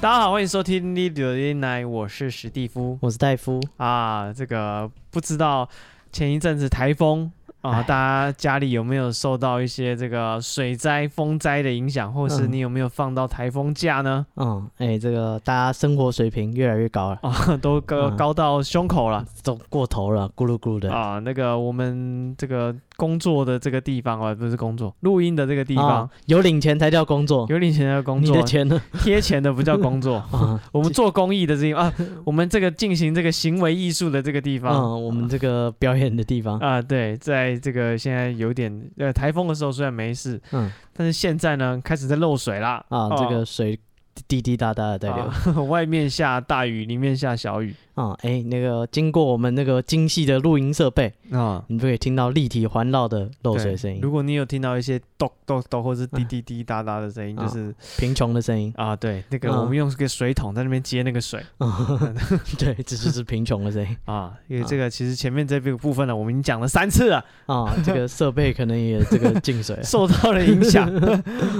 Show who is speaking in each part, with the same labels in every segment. Speaker 1: 大家好，欢迎收听《l i d e r in Night》，我是史蒂夫
Speaker 2: 我是戴夫，
Speaker 1: 啊。这个不知道前一阵子台风啊，
Speaker 2: 唉
Speaker 1: 大家家里有没有受到一些这个水灾、风灾的影响，或是
Speaker 2: 嗯
Speaker 1: 你有没有放到台风假呢？
Speaker 2: 嗯，哎、这个大家生活水平越来越高了，
Speaker 1: 啊，都高
Speaker 2: 嗯
Speaker 1: 高到胸口了。
Speaker 2: 都过头了，咕噜咕噜的。
Speaker 1: 啊，那个我们这个工作的这个地方啊，不是工作，录音的这个地方，
Speaker 2: 啊有领钱才叫工作，
Speaker 1: 有领钱的工
Speaker 2: 你
Speaker 1: 作
Speaker 2: 的，钱呢？
Speaker 1: 贴钱的不叫工 作。
Speaker 2: 啊，
Speaker 1: 我们做公益的这地方啊，我们这个进行这个行为艺术的这个地方
Speaker 2: 嗯，我们这个表演的地方，
Speaker 1: 啊，对，在这个现在有点呃台风的时候虽然没事，
Speaker 2: 嗯
Speaker 1: 但是现在呢开始在漏水啦
Speaker 2: 啊，
Speaker 1: 哦
Speaker 2: 这个水滴滴答答的在流。
Speaker 1: 啊 外面下大雨，里面下小雨
Speaker 2: 啊，哎、那个经过我们那个精细的录音设备，
Speaker 1: 啊。
Speaker 2: 你就可以听到立体环绕的漏水
Speaker 1: 对
Speaker 2: 声音
Speaker 1: 如，果你有听到一些咚咚咚或是滴滴滴答答的声音，就
Speaker 2: 啊
Speaker 1: 是
Speaker 2: 贫穷 的声音。
Speaker 1: 啊，对，那个
Speaker 2: 嗯
Speaker 1: 我们用这个水桶在那边接那个水
Speaker 2: 啊 对，这就是贫穷的声音
Speaker 1: 啊，因为这个其实前面这个部分呢，我们已经讲了三次了，
Speaker 2: 啊，这个设备可能也这个进水了。
Speaker 1: 受到了影 响，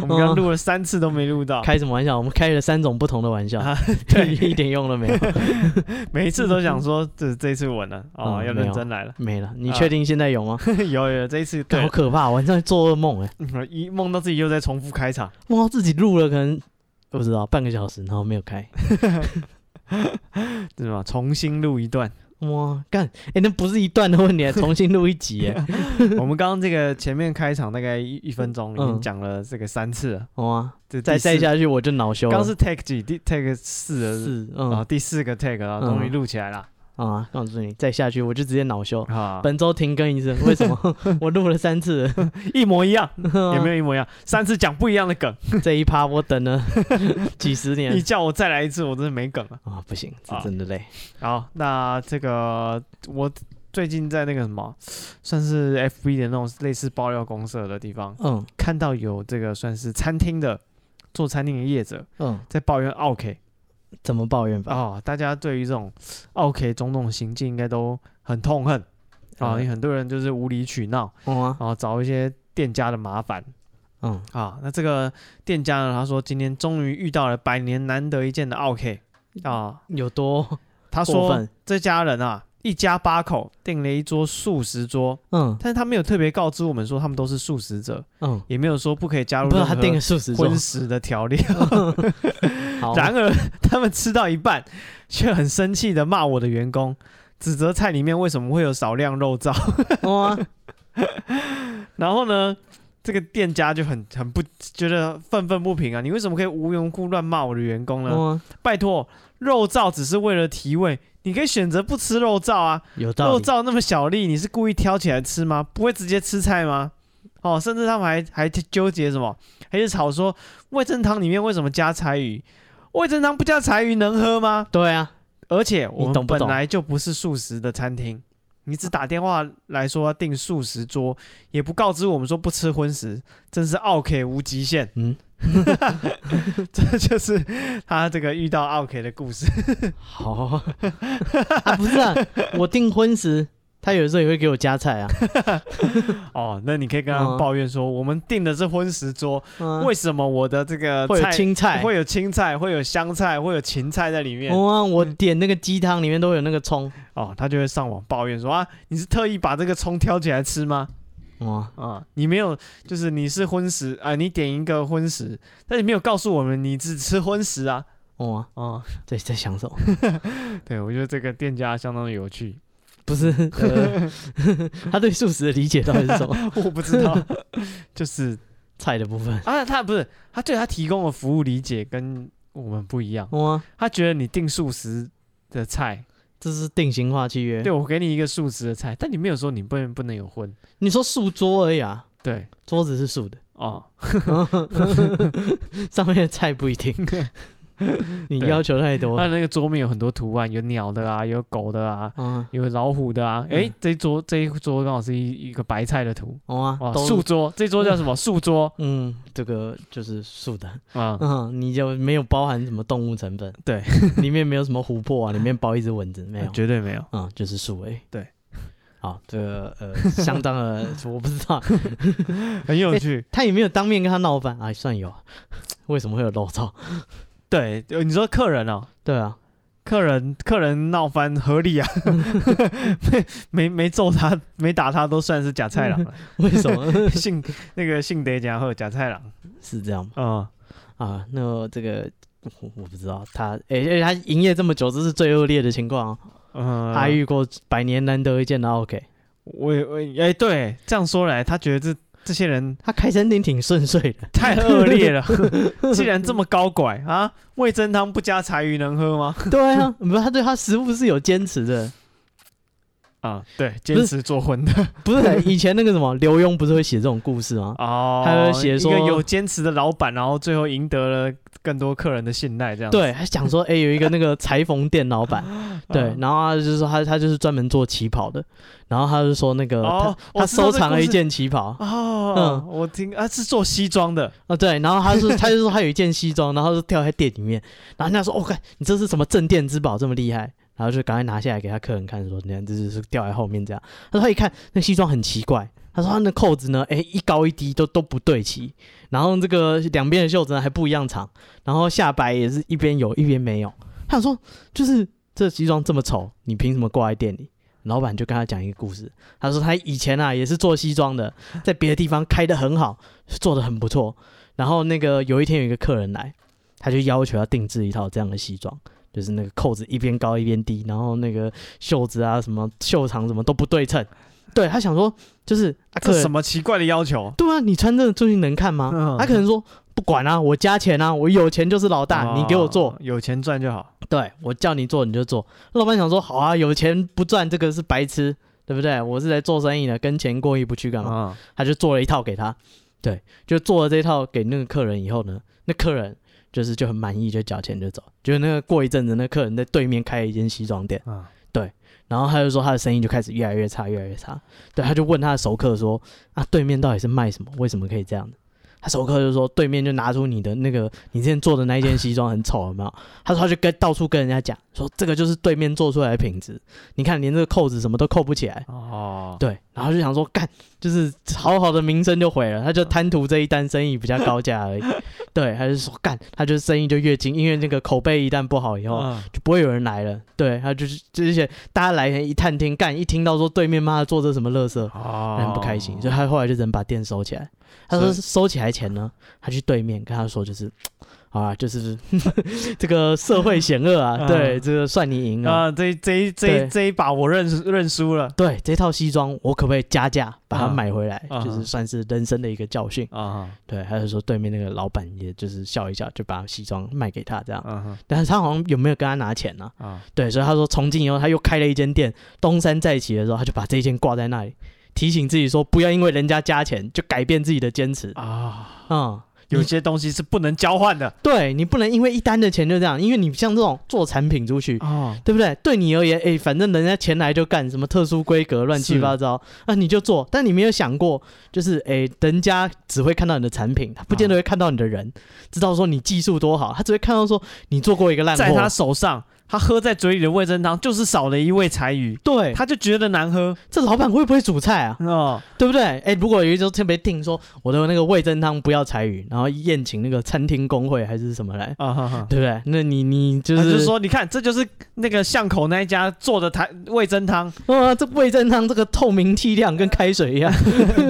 Speaker 1: 我们刚录了三次都没录到，
Speaker 2: 嗯开什么玩笑？我们开了三种不同的玩笑，
Speaker 1: 啊
Speaker 2: 一点用都 没有，
Speaker 1: 每一次都想说这这一次稳了哦，
Speaker 2: 嗯
Speaker 1: 要
Speaker 2: 没
Speaker 1: 认
Speaker 2: 有
Speaker 1: 真来了，
Speaker 2: 没了。你
Speaker 1: 啊
Speaker 2: 确定现在有吗？
Speaker 1: 有有这一次
Speaker 2: 好
Speaker 1: 对，
Speaker 2: 可怕！晚上做噩梦哎、
Speaker 1: 嗯 一梦到自己又在重复开场，
Speaker 2: 梦到自己录了可能不知道半个小时，然后没有开。
Speaker 1: 对吗？重新录一段，
Speaker 2: 哇，干哎、那不是一段的问题，啊重新录一集哎、
Speaker 1: 我们刚刚这个前面开场大概一一分钟已经
Speaker 2: 嗯
Speaker 1: 讲了这个三次了，
Speaker 2: 哇，
Speaker 1: 这
Speaker 2: 再
Speaker 1: 第四
Speaker 2: 再，下去我就恼羞
Speaker 1: 刚
Speaker 2: 了。
Speaker 1: 刚是 take 几第 take 四了。
Speaker 2: 是
Speaker 1: 啊，
Speaker 2: 嗯
Speaker 1: 第四个 take 啊，终于
Speaker 2: 嗯
Speaker 1: 录起来了
Speaker 2: 啊，告诉你，再下去我就直接恼羞。
Speaker 1: 啊！
Speaker 2: 嗯本周停更一次，为什么？ 我录了三次了，
Speaker 1: 一模一样，
Speaker 2: 嗯
Speaker 1: 有没有一模一样？三次讲不一样的梗，
Speaker 2: 这一趴我 等了几十
Speaker 1: 你
Speaker 2: 年
Speaker 1: 叫我再来一次，我真的没梗了。
Speaker 2: 啊，不行，这
Speaker 1: 啊
Speaker 2: 真的累。
Speaker 1: 好，那这个我最近在那个什么，算是 FB 的那种类似爆料公社的地方，
Speaker 2: 嗯
Speaker 1: 看到有这个算是餐厅的做餐厅的业者
Speaker 2: 嗯，
Speaker 1: 在抱怨 OK
Speaker 2: 怎么抱怨吧？
Speaker 1: 哦，大家对于这种 OK 种种行径应该都很痛恨啊，
Speaker 2: 嗯
Speaker 1: 因为很多人就是无理取闹，
Speaker 2: 哇，
Speaker 1: 然后找一些店家的麻烦。
Speaker 2: 嗯
Speaker 1: 啊，那这个店家呢，他说今天终于遇到了百年难得一见的 OK 啊，
Speaker 2: 有多
Speaker 1: 他
Speaker 2: 过
Speaker 1: 说
Speaker 2: 分？
Speaker 1: 这家人啊，一家八口订了一桌素食桌，
Speaker 2: 嗯
Speaker 1: 但是他没有特别告知我们说他们都是素食者，
Speaker 2: 嗯，
Speaker 1: 也没有说不可以加入
Speaker 2: 不知道
Speaker 1: 任
Speaker 2: 他订了
Speaker 1: 何
Speaker 2: 数十桌
Speaker 1: 荤，食的调料。
Speaker 2: 好啊
Speaker 1: 然而他们吃到一半，却很生气的骂我的员工，指责菜里面为什么会有少量肉燥。
Speaker 2: 哇，
Speaker 1: 然后呢，这个店家就很很不觉得愤愤不平啊！你为什么可以无缘无故乱骂我的员工呢？
Speaker 2: 哇，
Speaker 1: 拜托，肉燥只是为了提味，你可以选择不吃肉燥啊。
Speaker 2: 有道
Speaker 1: 肉
Speaker 2: 理。
Speaker 1: 燥那么小粒，你是故意挑起来吃吗？不会直接吃菜吗？哦，甚至他们还还纠结什么，还是吵说味噌汤里面为什么加柴鱼？味噌汤不加柴鱼能喝吗？
Speaker 2: 对啊，
Speaker 1: 而且我
Speaker 2: 你
Speaker 1: 们
Speaker 2: 懂不
Speaker 1: 本
Speaker 2: 懂
Speaker 1: 来就不是素食的餐厅，你只打电话来说要订素食桌，也不告知我们说不吃荤食，真是 OK 无极限。
Speaker 2: 嗯，
Speaker 1: 这就是他这个遇到 OK 的故事。
Speaker 2: 好 啊，不是啊，我订婚时，他有时候也会给我加菜啊。
Speaker 1: 哦，那你可以跟他
Speaker 2: 嗯
Speaker 1: 抱怨说，我们订的是荤食桌，
Speaker 2: 嗯
Speaker 1: 为什么我的这个
Speaker 2: 会有
Speaker 1: 菜哦
Speaker 2: 青菜，
Speaker 1: 会有青菜、会有香菜、会有芹菜在里面？
Speaker 2: 哇，啊我点那个鸡汤里面都有那个葱。
Speaker 1: 哦，他就会上网抱怨说啊，你是特意把这个葱挑起来吃吗？
Speaker 2: 哇，
Speaker 1: 啊，你没有，就是你是荤食啊、你点一个荤食，但你没有告诉我们你只吃荤食啊。
Speaker 2: 哇，
Speaker 1: 哦，
Speaker 2: 在在想什么？
Speaker 1: 对，我觉得这个店家相当有趣，
Speaker 2: 不是，呃 他对素食的理解到底是什 么？
Speaker 1: 我不知道，就是
Speaker 2: 菜的部分。
Speaker 1: 啊，他不是他对他提供的服务理解跟我们不一样，
Speaker 2: 哇，
Speaker 1: 他觉得你订素食的菜，
Speaker 2: 啊这是定型化契约
Speaker 1: 对。我给你一个素食的菜，但你没有说你不能不能有荤，
Speaker 2: 你说素桌而已啊，
Speaker 1: 对，
Speaker 2: 桌子是素的，
Speaker 1: 哦，
Speaker 2: 上面的菜 不一定。你
Speaker 1: 对
Speaker 2: 要求太多
Speaker 1: 他那个桌面有很多图案，有鸟的啊，有狗的啊。
Speaker 2: 啊！
Speaker 1: 有老虎的啊，诶，
Speaker 2: 嗯
Speaker 1: 这一桌这一桌刚好是一一个白菜的图，
Speaker 2: 哇
Speaker 1: 哇，，
Speaker 2: 都
Speaker 1: 素桌，这桌叫什么？素桌
Speaker 2: 啊嗯，这个就是素的，
Speaker 1: 啊，
Speaker 2: 嗯，你就没有包含什么动物成分，
Speaker 1: 对，
Speaker 2: 里面没有什么琥珀啊，里面包一只蚊子，没有，
Speaker 1: 绝对没有。
Speaker 2: 嗯，就是素诶，
Speaker 1: 对，
Speaker 2: 好，这个呃，相当的，我不知 道，
Speaker 1: 很有趣。
Speaker 2: 他也没有当面跟他闹翻，哎，算有啊，为什么会有漏照？
Speaker 1: 对，呃你说客人哦，
Speaker 2: 对啊，
Speaker 1: 客人客人闹翻合理 啊，没没没揍他，没打他都算是假菜郎了，
Speaker 2: 为 什么
Speaker 1: 姓那个姓德加贺假菜郎，
Speaker 2: 是这样吗？
Speaker 1: 嗯，
Speaker 2: 啊，那这个我我不知道他，哎、而且他营业这么久，这是最恶劣的情况、啊，
Speaker 1: 嗯
Speaker 2: 他遇过百年难得一见的 OK。
Speaker 1: 我也我也哎、对，这样说来，他觉得这这些人
Speaker 2: 他开餐厅挺顺遂的，
Speaker 1: 太恶劣 了。既然这么高拐啊，味噌汤不加柴鱼能喝吗？
Speaker 2: 对啊，不是他对他食物是有坚持的，
Speaker 1: 啊，对，坚持做荤的
Speaker 2: 不是以前那个什么刘墉不是会写这种故事吗？
Speaker 1: 哦，
Speaker 2: 他会写
Speaker 1: 一
Speaker 2: 说
Speaker 1: 个有坚持的老板，然后最后赢得了更多客人的信赖，这样子嗯
Speaker 2: 对，他讲说，哎、有一个那个裁缝店 老板，对，
Speaker 1: 哦
Speaker 2: 然后他就是说他他就是专门做旗袍的，然后他就说那个、
Speaker 1: 哦
Speaker 2: 他他
Speaker 1: 我知道
Speaker 2: 收
Speaker 1: 这
Speaker 2: 藏
Speaker 1: 故
Speaker 2: 了一
Speaker 1: 事
Speaker 2: 件旗袍啊、
Speaker 1: 哦，我听啊是做西装的，
Speaker 2: 哦对，然后他是他就说他有一件西装，然后就掉在店里面，然后人家说，哦，看你这是什么镇店之宝这么厉害，然后就赶快拿下来给他客人看，说你看这就是掉在后面这样，他说他一看那西装很奇怪。他说他那扣子呢，哎、一高一低都都不对齐，然后这个两边的袖子呢还不一样长，然后下摆也是一边有一边没有。他想说，就是这西装这么丑，你凭什么挂在店里？老板就跟他讲一个故事，他说他以前啊也是做西装的，在别的地方开的很好，啊做的很不错。然后那个有一天有一个客人来，他就要求要定制一套这样的西装，就是那个扣子一边高一边低，然后那个袖子啊什么袖长什么都不对称。对他想说，就是
Speaker 1: 啊、
Speaker 2: 啊客
Speaker 1: 这
Speaker 2: 人
Speaker 1: 什么奇怪的要求？
Speaker 2: 对啊，你穿这个出去能看吗？
Speaker 1: 嗯
Speaker 2: 他可能说不管啊，我加钱啊，我有钱就是老大，你给我做
Speaker 1: 哦，，有钱赚就好。
Speaker 2: 对我叫你做你就做。老板想说好啊，有钱不赚这个是白痴，对不对？我是来做生意的，跟钱过意不去干嘛？
Speaker 1: 啊，
Speaker 2: 他就做了一套给他，对，就做了这一套给那个客人以后呢，那客人就是就很满意，就缴钱就走。就是那个过一阵子，那客人在对面开了一间西装店，
Speaker 1: 啊
Speaker 2: 然后他就说他的生意就开始越来越差，越来越差。对，他就问他的熟客说啊，对面到底是卖什么？为什么可以这样的？他熟客就说对面就拿出你的那个你之前做的那一件西装很丑，有没有？他说他就跟到处跟人家讲说这个就是对面做出来的品质，你看连这个扣子什么都扣不起来。
Speaker 1: 哦，
Speaker 2: 嗯对，然后就想说干，就是好好的名声就毁了，他就贪图这一单生意比较高价而已。对，他就说干，他就生意就越精，因为那个口碑一旦不好以后，
Speaker 1: 嗯
Speaker 2: 就不会有人来了。对，他就是就是且大家来一探听，干一听到说对面妈的做这什么乐色，
Speaker 1: 哦，
Speaker 2: 很不开心，所以他后来就人把店收起来。他说收起来前呢，他去对面跟他说就是。啊，就是 这个社会险恶啊，
Speaker 1: 嗯
Speaker 2: 对，这个算你赢啊，
Speaker 1: 啊，这这一这
Speaker 2: 对
Speaker 1: 一这一把我认认输了
Speaker 2: 对，这套西装我可不可以加价把它
Speaker 1: 啊
Speaker 2: 买回来？
Speaker 1: 啊
Speaker 2: 就是算是人生的一个教训。
Speaker 1: 啊，
Speaker 2: 对，他就说对面那个老板，也就是笑一笑，就把西装卖给他这样。
Speaker 1: 嗯
Speaker 2: 但是他好像有没有跟他拿钱呢、
Speaker 1: 啊
Speaker 2: 对，所以他说从今以后他又开了一间店，东山再起的时候，他就把这一间挂在那里，提醒自己说不要因为人家加钱就改变自己的坚持。
Speaker 1: 啊，
Speaker 2: 嗯，
Speaker 1: 有些东西是不能交换的
Speaker 2: 对你不能因为一单的钱就这样，因为你像这种做产品出去，
Speaker 1: 哦，
Speaker 2: 对不对？对你而言，哎，反正人家钱来就干，什么特殊规格乱七
Speaker 1: 是
Speaker 2: 八糟，那、你就做。但你没有想过，就是哎，人家只会看到你的产品，他不
Speaker 1: 啊
Speaker 2: 见得会看到你的人，知道说你技术多好，他只会看到说你做过一个烂
Speaker 1: 在他
Speaker 2: 货。
Speaker 1: 手上，他喝在嘴里的味噌汤就是少了一味柴鱼，
Speaker 2: 对，
Speaker 1: 他就觉得难喝
Speaker 2: 这老板会不会煮菜啊？
Speaker 1: 哦，
Speaker 2: 对不对？哎，如果有一周特别定说我的那个味噌汤不要柴鱼，然后宴请那个餐厅工会还是什么来，
Speaker 1: 啊哈哈。
Speaker 2: 对不对？那你你就
Speaker 1: 他
Speaker 2: 是
Speaker 1: 就说，你看，这就是那个巷口那一家做的台味噌汤，
Speaker 2: 哇，这味噌汤这个透明剂量跟开水一样，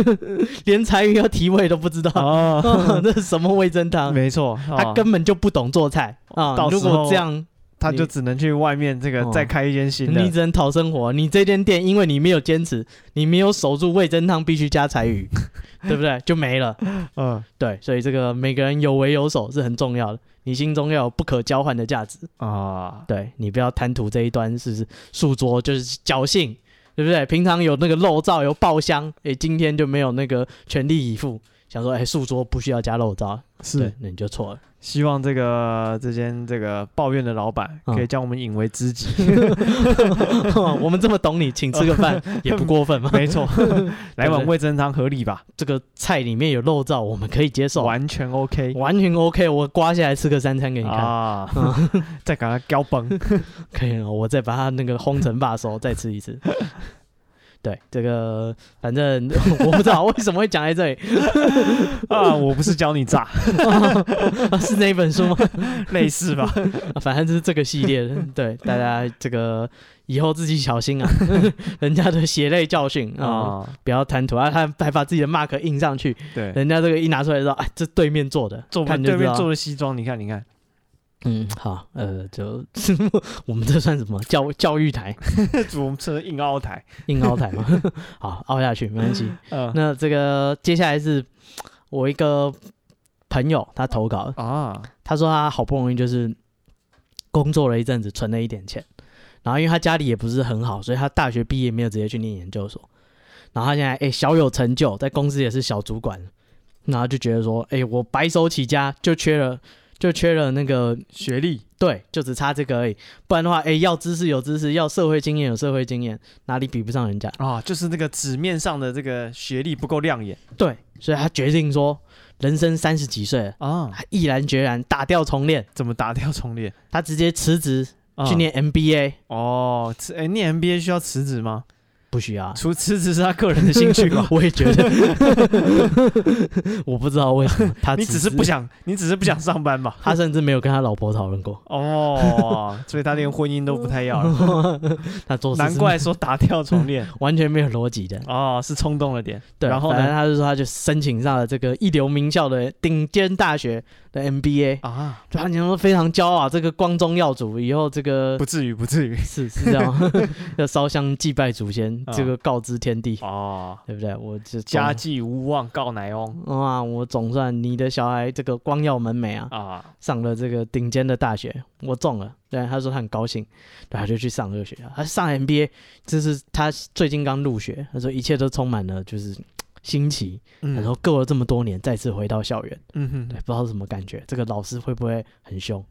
Speaker 2: 连柴鱼要提味都不知道。
Speaker 1: 哦，
Speaker 2: 哦这是什么味噌汤？
Speaker 1: 没错，
Speaker 2: 他
Speaker 1: 哦
Speaker 2: 根本就不懂做菜啊！
Speaker 1: 到时
Speaker 2: 如
Speaker 1: 候
Speaker 2: 果这样，
Speaker 1: 他就只能去外面这
Speaker 2: 哦
Speaker 1: 个再开一间新的
Speaker 2: 你只能讨生活。你这间店，因为你没有坚持，你没有守住味噌汤必须加柴鱼，对不对？就没了。
Speaker 1: 嗯
Speaker 2: 对，所以这个每个人有为有守是很重要的。你心中要有不可交换的价值，
Speaker 1: 啊，
Speaker 2: 对你不要贪图这一端是数桌，就是侥幸，对不对？平常有那个肉燥，有爆香，诶，今天就没有那个全力以赴，想说，哎，数桌不需要加肉燥，
Speaker 1: 嗯
Speaker 2: 对，那你就错了。
Speaker 1: 希望这个这间这个抱怨的老板
Speaker 2: 嗯
Speaker 1: 可以将我们引为知己，
Speaker 2: 我们这么懂你，请吃个饭也不过分嘛。
Speaker 1: 没 错，来碗味噌汤合理吧，
Speaker 2: 这个菜里面有肉燥，我们可以接受，完
Speaker 1: 完全 OK
Speaker 2: 全 OK。我刮下来吃个三餐给你看，
Speaker 1: 啊，再给 他高崩，
Speaker 2: 哦 可以了。我再把它那个烘成把手，再吃一次。 对，这个反正我不知道为什么会讲在这里，
Speaker 1: 啊，我不是教你 炸，
Speaker 2: 啊是那一本书吗？
Speaker 1: 类似吧？
Speaker 2: 反正就是这个系列的，对大家这个以后自己小 心啊，人家的血泪教训啊、
Speaker 1: 啊，
Speaker 2: 不要贪图啊，他还把自己的 mark 印上去，
Speaker 1: 对，
Speaker 2: 人家这个一拿出来说，哎，这对面做的，
Speaker 1: 做
Speaker 2: 看就
Speaker 1: 对
Speaker 2: 知
Speaker 1: 面
Speaker 2: 道
Speaker 1: 做的西装，你看，你看，
Speaker 2: 嗯，好，呃，就 我们这算什么教教育台、
Speaker 1: 我们车硬凹台，
Speaker 2: 硬凹台吗？ 好，凹下去没关系。
Speaker 1: 嗯
Speaker 2: 那这个接下来是我一个朋友他投稿的，
Speaker 1: 啊，
Speaker 2: 他说他好不容易就是工作了一阵子，存了一点钱，然后因为他家里也不是很好，所以他大学毕业没有直接去念研究所，然后他现在哎、小有成就，在公司也是小主管，然后就觉得说哎、我白手起家就缺了就缺了那个
Speaker 1: 学历
Speaker 2: 对，就只差这个而已，不然的话哎、要知识有知识，要社会经验有社会经验，哪里比不上人家？
Speaker 1: 啊，就是那个纸面上的这个学历不够亮眼
Speaker 2: 对，所以他决定说人生三十几岁了，
Speaker 1: 啊，
Speaker 2: 他毅然决然打掉重练，
Speaker 1: 怎么打掉重练？
Speaker 2: 他直接辞职
Speaker 1: 啊
Speaker 2: 去念 MBA。
Speaker 1: 哦，辞哎，念 MBA 需要辞职吗？
Speaker 2: 不需 要，？
Speaker 1: 除 辞职是他个人的兴趣 吧
Speaker 2: 我也觉得， 我不知道为什么他
Speaker 1: 你只是不
Speaker 2: 想，
Speaker 1: 想， 你只是不想上班吧？
Speaker 2: 他甚至没有跟他老婆讨 论过，
Speaker 1: 哦，所以他连婚姻都不太要 了，
Speaker 2: 他做事是
Speaker 1: 难怪说打掉重 练
Speaker 2: 完全没有逻辑的。
Speaker 1: 哦，是冲动了点。
Speaker 2: 对，
Speaker 1: 然后
Speaker 2: 反正
Speaker 1: 呢？
Speaker 2: 他就说他就申请上了这个一流名校的顶尖大学的 MBA，
Speaker 1: 啊，
Speaker 2: 就他娘说非常骄傲，这个光宗耀祖，以后这个
Speaker 1: 不至于，不至于。
Speaker 2: 是是这 样吗，要烧香祭拜祖先，
Speaker 1: 啊
Speaker 2: 这个告知天地，
Speaker 1: 哦，
Speaker 2: 对不对？我这
Speaker 1: 家祭无忘告乃翁
Speaker 2: 哇，我总算你的小孩这个光耀门楣啊，
Speaker 1: 啊，
Speaker 2: 上了这个顶尖的大学，我中了。对，他说他很高兴，对，他就去上这个学校。他上 MBA，这是他最近刚入学。他说一切都充满了就是新奇。他
Speaker 1: 嗯
Speaker 2: 说过了这么多年，再次回到校园，
Speaker 1: 嗯哼
Speaker 2: 对，不知道是什么感觉。这个老师会不会很凶，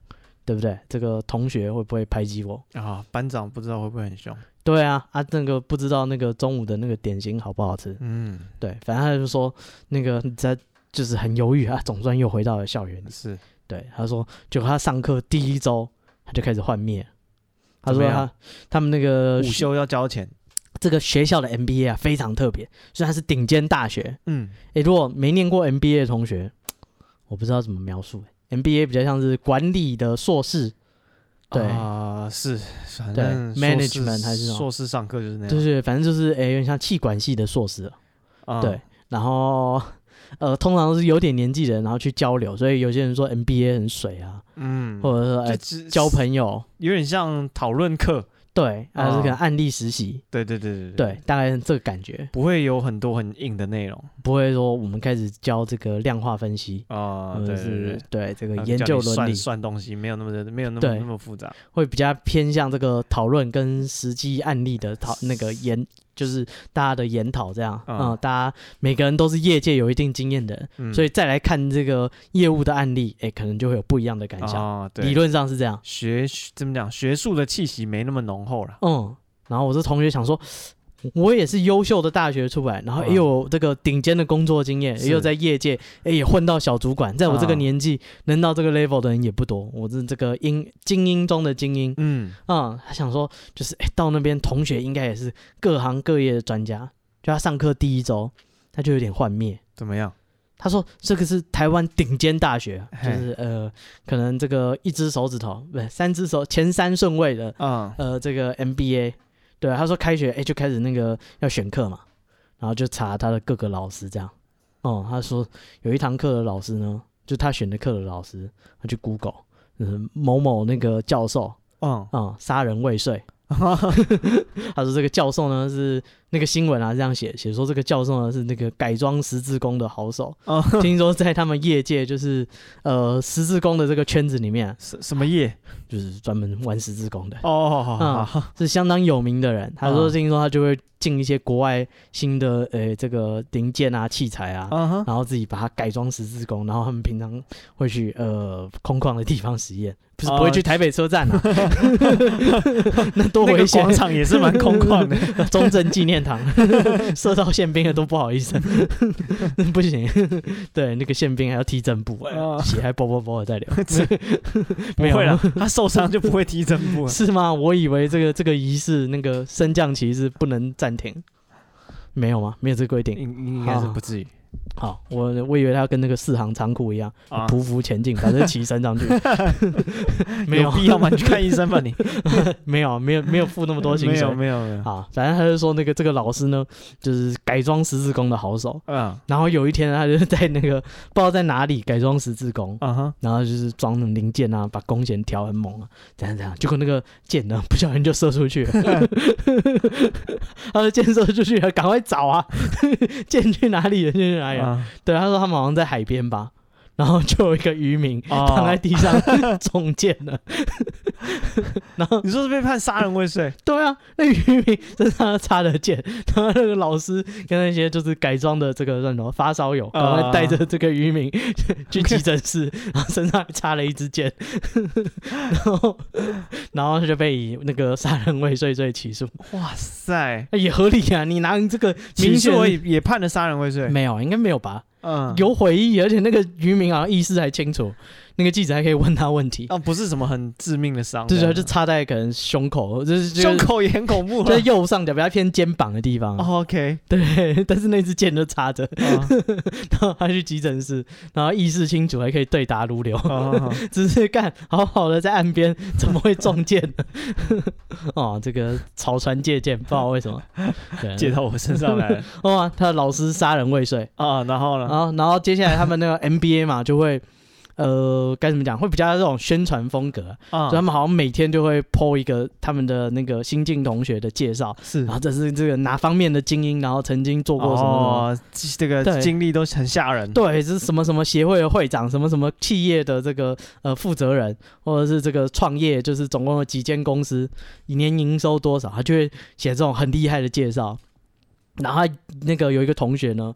Speaker 2: 对不对？这个同学会不会排挤我？
Speaker 1: 啊，班长不知道会不会很凶？
Speaker 2: 对啊，啊，那个不知道那个中午的那个点心好不好吃？
Speaker 1: 嗯，
Speaker 2: 对，反正他就说那个他就是很犹豫啊，总算又回到了校园里。
Speaker 1: 是
Speaker 2: 对，他说，就他上课第一周他就开始幻灭。他
Speaker 1: 怎
Speaker 2: 说
Speaker 1: 么
Speaker 2: 他
Speaker 1: 样
Speaker 2: 他们那个
Speaker 1: 午
Speaker 2: 学
Speaker 1: 休要交钱。
Speaker 2: 这个学校的 MBA 啊非常特别，虽然它是顶尖大学，
Speaker 1: 嗯，
Speaker 2: 诶，如果没念过 MBA 的同学，我不知道怎么描述、诶 MBA 比较像是管理的硕士，对
Speaker 1: 啊，是，反
Speaker 2: 对
Speaker 1: 正硕士
Speaker 2: management 还是什么
Speaker 1: 硕士上课就是那
Speaker 2: 就
Speaker 1: 样。
Speaker 2: 是反正就是诶，有点像气管系的硕士了。
Speaker 1: 啊
Speaker 2: 对，然后呃，通常都是有点年纪的人，然后去交流，所以有些人说 MBA 很水啊，
Speaker 1: 嗯，
Speaker 2: 或者说诶
Speaker 1: 就只
Speaker 2: 交朋友，
Speaker 1: 有点像讨论课。
Speaker 2: 对，还是可能
Speaker 1: 哦
Speaker 2: 案例实习，
Speaker 1: 对对对对
Speaker 2: 对，，大概是这个感觉。
Speaker 1: 不会有很多很硬的内容
Speaker 2: 不会说我们开始教这个量化分析，
Speaker 1: 啊。
Speaker 2: 或
Speaker 1: 对对
Speaker 2: 者
Speaker 1: 对
Speaker 2: 呃是对这个
Speaker 1: 对，啊
Speaker 2: 研
Speaker 1: 叫
Speaker 2: 究
Speaker 1: 你
Speaker 2: 伦理
Speaker 1: 算，算东西没有那么的没有那么
Speaker 2: 对
Speaker 1: 那么复杂。
Speaker 2: 会比较偏向这个讨论跟实际案例的讨那个研，就是大家的研讨这样。
Speaker 1: 嗯
Speaker 2: 嗯，大家每个人都是业界有一定经验的人，
Speaker 1: 嗯，
Speaker 2: 所以再来看这个业务的案例，哎，可能就会有不一样的感想。
Speaker 1: 啊，对
Speaker 2: 理，论上是这样，
Speaker 1: 学怎么讲，学术的气息没那么浓厚了。
Speaker 2: 嗯。然后我这同学想说。我也是优秀的大学出来，然后也有这个顶尖的工作经验，
Speaker 1: 嗯是
Speaker 2: 也有在业界，哎，也混到小主管。在我这个
Speaker 1: 嗯
Speaker 2: 年纪，能到这个 level 的人也不多，我是这个英精英中的精英。
Speaker 1: 嗯，
Speaker 2: 嗯，他想说，就是、诶到那边同学应该也是各行各业的专家。就他上课第一周，他就有点幻灭。
Speaker 1: 怎么样？
Speaker 2: 他说这个是台湾顶尖大学，就
Speaker 1: 嘿
Speaker 2: 是呃，可能这个一只手指头不是三只手前三顺位的
Speaker 1: 嗯，
Speaker 2: 呃这个 MBA。对，他说开学哎、诶就开始那个要选课嘛，然后就查他的各个老师这样。哦、他说有一堂课的老师呢，就他选的课的老师，他去 Google，嗯，某某那个教授，
Speaker 1: 嗯，
Speaker 2: 啊、杀人未遂。 他说这个教授呢是那个新闻啊这样写，写说这个教授呢是那个改装十字弓的好手，
Speaker 1: 哦
Speaker 2: 听说在他们业界就是呃十字弓的这个圈子里面啊，
Speaker 1: 什什么业？
Speaker 2: 就是专门玩十字弓的，
Speaker 1: 哦，好好好
Speaker 2: 是相当有名的人。他说
Speaker 1: 嗯
Speaker 2: 听说他就会进一些国外新的呃这个零件啊器材啊。
Speaker 1: 嗯哼，
Speaker 2: 然后自己把它改装十字弓，然后他们平常会去呃空旷的地方实验，不是不会
Speaker 1: 哦
Speaker 2: 去台北车 站啊，那多
Speaker 1: 那
Speaker 2: 危
Speaker 1: 个
Speaker 2: 险！
Speaker 1: 广场也是蛮空旷 的。
Speaker 2: 中正纪念堂射到宪兵的都不好意思， 不行， 对，那个宪兵还要踢正步，
Speaker 1: 哦
Speaker 2: 血还啵啵啵的在流，
Speaker 1: 不
Speaker 2: 没有
Speaker 1: 会了，他受伤就不会踢正步了。啊
Speaker 2: 是吗？我以为这个这个仪式那个升降旗是不能暂停，没有吗？没有这个规定。
Speaker 1: 应 应该是不至于
Speaker 2: 好，我我以为他要跟那个四行仓库一样，
Speaker 1: 啊，
Speaker 2: 匍匐前进，反正骑 山上去。没
Speaker 1: 有
Speaker 2: 有
Speaker 1: 必要吗？你去看医生吧，你
Speaker 2: 没有，没有，没有付那么多 薪
Speaker 1: 没有
Speaker 2: 水。
Speaker 1: 没有没有，
Speaker 2: 啊，反正他就说那个这个老师呢，就是改装十字弓的好手。
Speaker 1: 嗯啊
Speaker 2: 然后有一天，他就是在那个不知道在哪里改装十字弓，
Speaker 1: 啊哈，
Speaker 2: 然后就是装那种零件啊，把弓弦调很猛啊，怎样怎样，结果那个箭呢，不小心就射出去了， 他说箭射出去了，赶快找啊， 箭去哪里了？箭去哪里了？
Speaker 1: 啊
Speaker 2: 对，他说他们好像在海边吧，然后就有一个渔民
Speaker 1: 哦
Speaker 2: 躺在地上 中箭了，然后
Speaker 1: 你说是被判杀人未遂，
Speaker 2: 对啊，那渔 民身上插了箭， 然后那个老师跟那些就是改装的这个什么发烧
Speaker 1: 啊
Speaker 2: 友，赶快带着这个渔民 去急诊 室，然后身上还插了一支箭， 然后然后就被以那个杀人未遂罪起诉，
Speaker 1: 哇塞，
Speaker 2: 也合理啊！你拿这个
Speaker 1: 起
Speaker 2: 明
Speaker 1: 诉
Speaker 2: 显
Speaker 1: 我也也判了杀人未遂，
Speaker 2: 没有，应该没有吧？
Speaker 1: 嗯，
Speaker 2: 有回忆，而且那个渔民好像意识还清楚，那个记者还可以问他问题，
Speaker 1: 啊，不是什么很致命的伤，
Speaker 2: 就
Speaker 1: 这
Speaker 2: 是他
Speaker 1: 样
Speaker 2: 就插在可能胸口，就是就是
Speaker 1: 啊胸口也很恐怖啊
Speaker 2: 在右上角比较偏肩膀的地方。
Speaker 1: 哦，OK，
Speaker 2: 对，但是那支箭就插着，
Speaker 1: 啊
Speaker 2: 然后他去急诊室，然后意识清楚，还可以对答如流。
Speaker 1: 好好好
Speaker 2: 只是干好好的在岸边，怎么会中箭呢？ 哦，这个草船借箭，不知道为什么。对，
Speaker 1: 借到我身上来了
Speaker 2: 哇，他的老师杀人未遂，
Speaker 1: 啊，然后
Speaker 2: 然
Speaker 1: 呢？
Speaker 2: 后然后接下来他们那个 MBA 嘛，就会。呃，该怎么讲？会比较这种宣传风格，
Speaker 1: 啊
Speaker 2: 所以他们好像每天就会 PO 一个他们的那个新进同学的介绍，
Speaker 1: 是
Speaker 2: 然后这是这个哪方面的精英，然后曾经做过什么什么
Speaker 1: 哦，这这个
Speaker 2: 对
Speaker 1: 经历都很吓人，
Speaker 2: 对，这是什么什么协会的会长，什么什么企业的这个呃负责人，或者是这个创业，就是总共有几间公司，一年营收多少，他就会写这种很厉害的介绍。然后他那个有一个同学呢，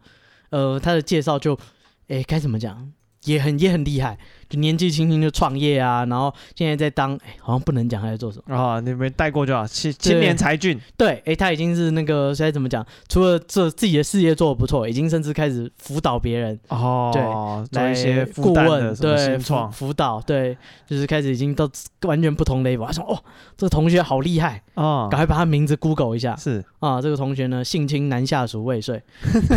Speaker 2: 呃，他的介绍就，诶，该怎么讲，也很也很厉害，就年纪轻轻就创业啊，然后现在在当，诶，好像不能讲他在做什么。
Speaker 1: 啊，你们带过就好，青青年才俊
Speaker 2: 对，诶，他已经是那个现在怎么讲，除了做自己的事业做的不错，已经甚至开始辅导别人，
Speaker 1: 哦，做
Speaker 2: 来
Speaker 1: 一些
Speaker 2: 顾
Speaker 1: 复旦
Speaker 2: 问
Speaker 1: 的什么
Speaker 2: 对
Speaker 1: 新
Speaker 2: 辅
Speaker 1: 创
Speaker 2: 辅导对，就是开始已经到完全不同 level。他说：“哦，这个同学好厉害，
Speaker 1: 哦
Speaker 2: 赶，快把他名字 Google 一下
Speaker 1: 是
Speaker 2: 啊！”这个同学呢，性侵男下属未遂，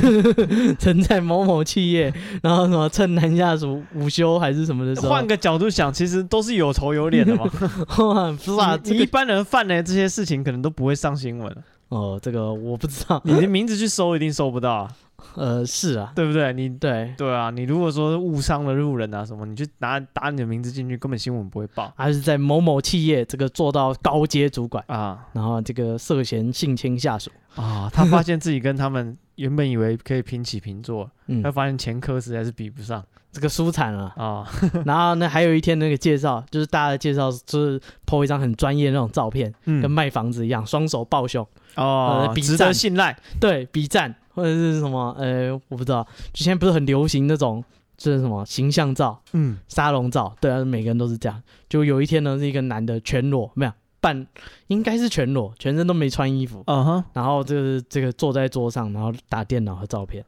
Speaker 2: 曾在某某企业，然后什么趁男下属午休还是什么的时候，
Speaker 1: 换个角度想，其实都是有头有脸的 嘛。
Speaker 2: 哇不是啊，
Speaker 1: 你
Speaker 2: 这
Speaker 1: 你一
Speaker 2: 个
Speaker 1: 般人犯的这些事情，可能都不会上新闻。
Speaker 2: 哦，这个我不知道，
Speaker 1: 你 的名字去搜，一定搜不到啊，
Speaker 2: 呃，是啊，
Speaker 1: 对不对？你
Speaker 2: 对，
Speaker 1: 对啊，你如果说误伤了路人啊什么，你去拿打你的名字进去，根本新闻不会报
Speaker 2: 还是在某某企业这个做到高阶主管，
Speaker 1: 啊
Speaker 2: 然后这个涉嫌性侵下属，
Speaker 1: 啊！他发现自己跟他们原本以为可以平起平坐，
Speaker 2: 嗯
Speaker 1: 他，发现前科实在是比不上
Speaker 2: 这个舒惨啊。
Speaker 1: 啊
Speaker 2: 然后呢，还有一天那个介绍，就是大家的介绍，就是 po 一张很专业的那种照片，跟
Speaker 1: 嗯
Speaker 2: 卖房子一样，双手抱胸，
Speaker 1: 哦
Speaker 2: 呃，比
Speaker 1: 值
Speaker 2: 赞
Speaker 1: 得信赖
Speaker 2: 对比赞或者是什么，呃，我不知道，之前不是很流行那种，就是什么形象照、
Speaker 1: 嗯
Speaker 2: 沙龙照，对啊，每个人都是这样。就有一天呢，是一个男的全裸，没有半，应该是全裸，全身都没穿衣服，
Speaker 1: 嗯哼
Speaker 2: 然后这个这个坐在桌上，然后打电脑和照片。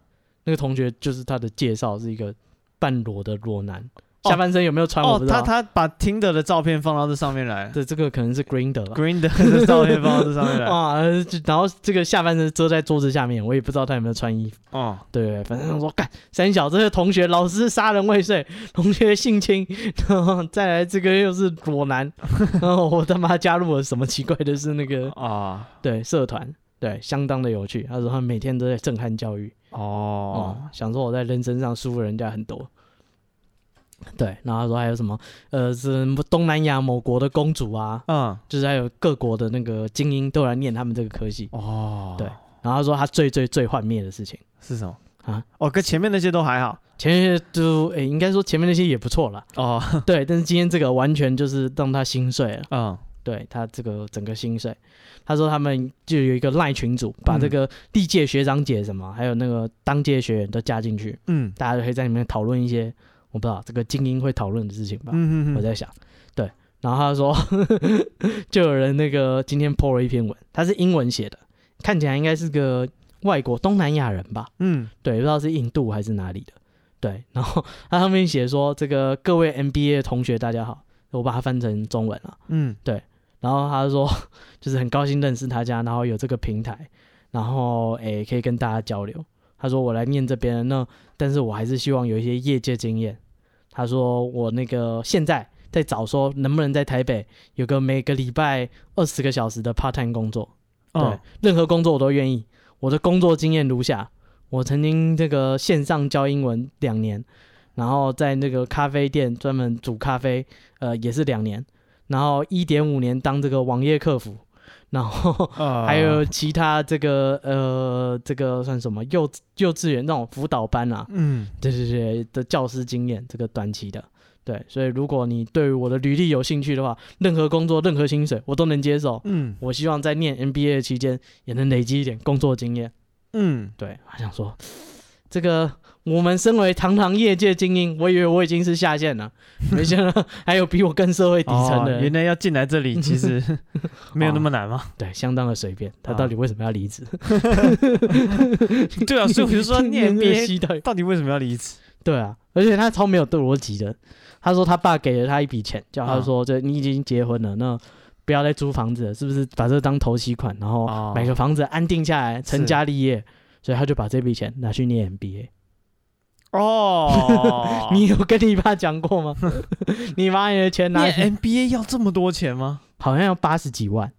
Speaker 2: 那个同学就是他的介绍是一个半裸的裸男，
Speaker 1: 哦
Speaker 2: 下半身有没有穿我
Speaker 1: 哦
Speaker 2: 不，知道。
Speaker 1: 他他把听的的照片放到这上面来了
Speaker 2: 对，这个可能是 Green 的吧。
Speaker 1: ，Green 的的照片放到这上 面来，
Speaker 2: 啊，呃就然后这个下半身遮在桌子下面，我也不知道他有没有穿衣服。
Speaker 1: 哦，
Speaker 2: 对，反正我说干三小这个同学，老师杀人未遂，同学性侵，然后再来这个又是裸男，然后我他妈加入了什么奇怪的是那个
Speaker 1: 啊
Speaker 2: 对社团，对，相当的有趣。他说他每天都在震撼教育，哦、
Speaker 1: 哦
Speaker 2: 想说我在人身上输人家很多。对，然后他说还有什么，呃，是东南亚某国的公主啊，
Speaker 1: 嗯
Speaker 2: 就是还有各国的那个精英都来念他们这个科系。
Speaker 1: 哦，
Speaker 2: 对然后他说他最最最幻灭的事情
Speaker 1: 是什么
Speaker 2: 啊，
Speaker 1: 哦，跟前面那些都还好
Speaker 2: 前面就诶、应该说前面那些也不 错啦，
Speaker 1: 哦，
Speaker 2: 对，但是今天这个完全就是让他心碎了，
Speaker 1: 嗯
Speaker 2: 对他这个整个心碎。他说他们就有一个赖群组，把这个历届学长姐什么，还有那个当届学员都加进去，
Speaker 1: 嗯
Speaker 2: 大家就可以在里面讨论一些我不知道这个精英会讨论的事情吧，
Speaker 1: 嗯
Speaker 2: 我
Speaker 1: 嗯
Speaker 2: 在想，对。然后他说， 就有人那个今天 po 了一篇文，他是英文写的，看起来应该是个外国东南亚人吧，
Speaker 1: 嗯
Speaker 2: 对，不知道是印度还是哪里的，对。然后他上面写说，这个各位 MBA 的同学大家好，我把它翻成中文了。啊
Speaker 1: 嗯
Speaker 2: 然后他说，就是很高兴认识大家，然后有这个平台，然后诶、可以跟大家交流。他说我来念这边，那但是我还是希望有一些业界经验。他说我那个现在在找说能不能在台北有个每个礼拜二十个小时的 part time 工作，对
Speaker 1: 哦，，
Speaker 2: 任何工作我都愿意。我的工作经验如下：我曾经这个线上教英文两年，然后在那个咖啡店专门煮咖啡，呃，也是两年，然后一点五年当这个网页客服，然 后
Speaker 1: 呃
Speaker 2: 还有其他这个呃这个算什么幼幼稚园那种辅导班啊，
Speaker 1: 嗯，
Speaker 2: 对对对的教师经验，这个短期的。对，所以如果你对于我的履历有兴趣的话，任何工作、任何薪水我都能接受。
Speaker 1: 嗯
Speaker 2: 我希望在念 MBA 的期间也能累积一点工作经验。
Speaker 1: 嗯，
Speaker 2: 对，他想说，这个我们身为堂堂业界精英，我以为我已经是下 线了，没想到还有比我更社会底层
Speaker 1: 哦
Speaker 2: 的人。
Speaker 1: 原来要进来这里其实没有那么难 嘛。
Speaker 2: 对，相当的随便。他
Speaker 1: 啊
Speaker 2: 到底为什么要离职？
Speaker 1: 对啊，所以我就 说念
Speaker 2: 这个
Speaker 1: MBA
Speaker 2: 系到底
Speaker 1: 到底为什么要离职？
Speaker 2: 对啊，而且他超没有逻辑的。他说他爸给了他一笔钱，叫他
Speaker 1: 啊
Speaker 2: 说，这你已经结婚了，那不要再租房子了，是不是？把这当头期款，然后
Speaker 1: 哦
Speaker 2: 买个房子安定下来，成
Speaker 1: 是
Speaker 2: 家立业。所以他就把这笔钱拿去念 MBA。，
Speaker 1: 哦
Speaker 2: 你有跟你爸讲过吗？你把你的钱拿去，
Speaker 1: 念 MBA 要这么多钱吗？
Speaker 2: 好像要八十几万。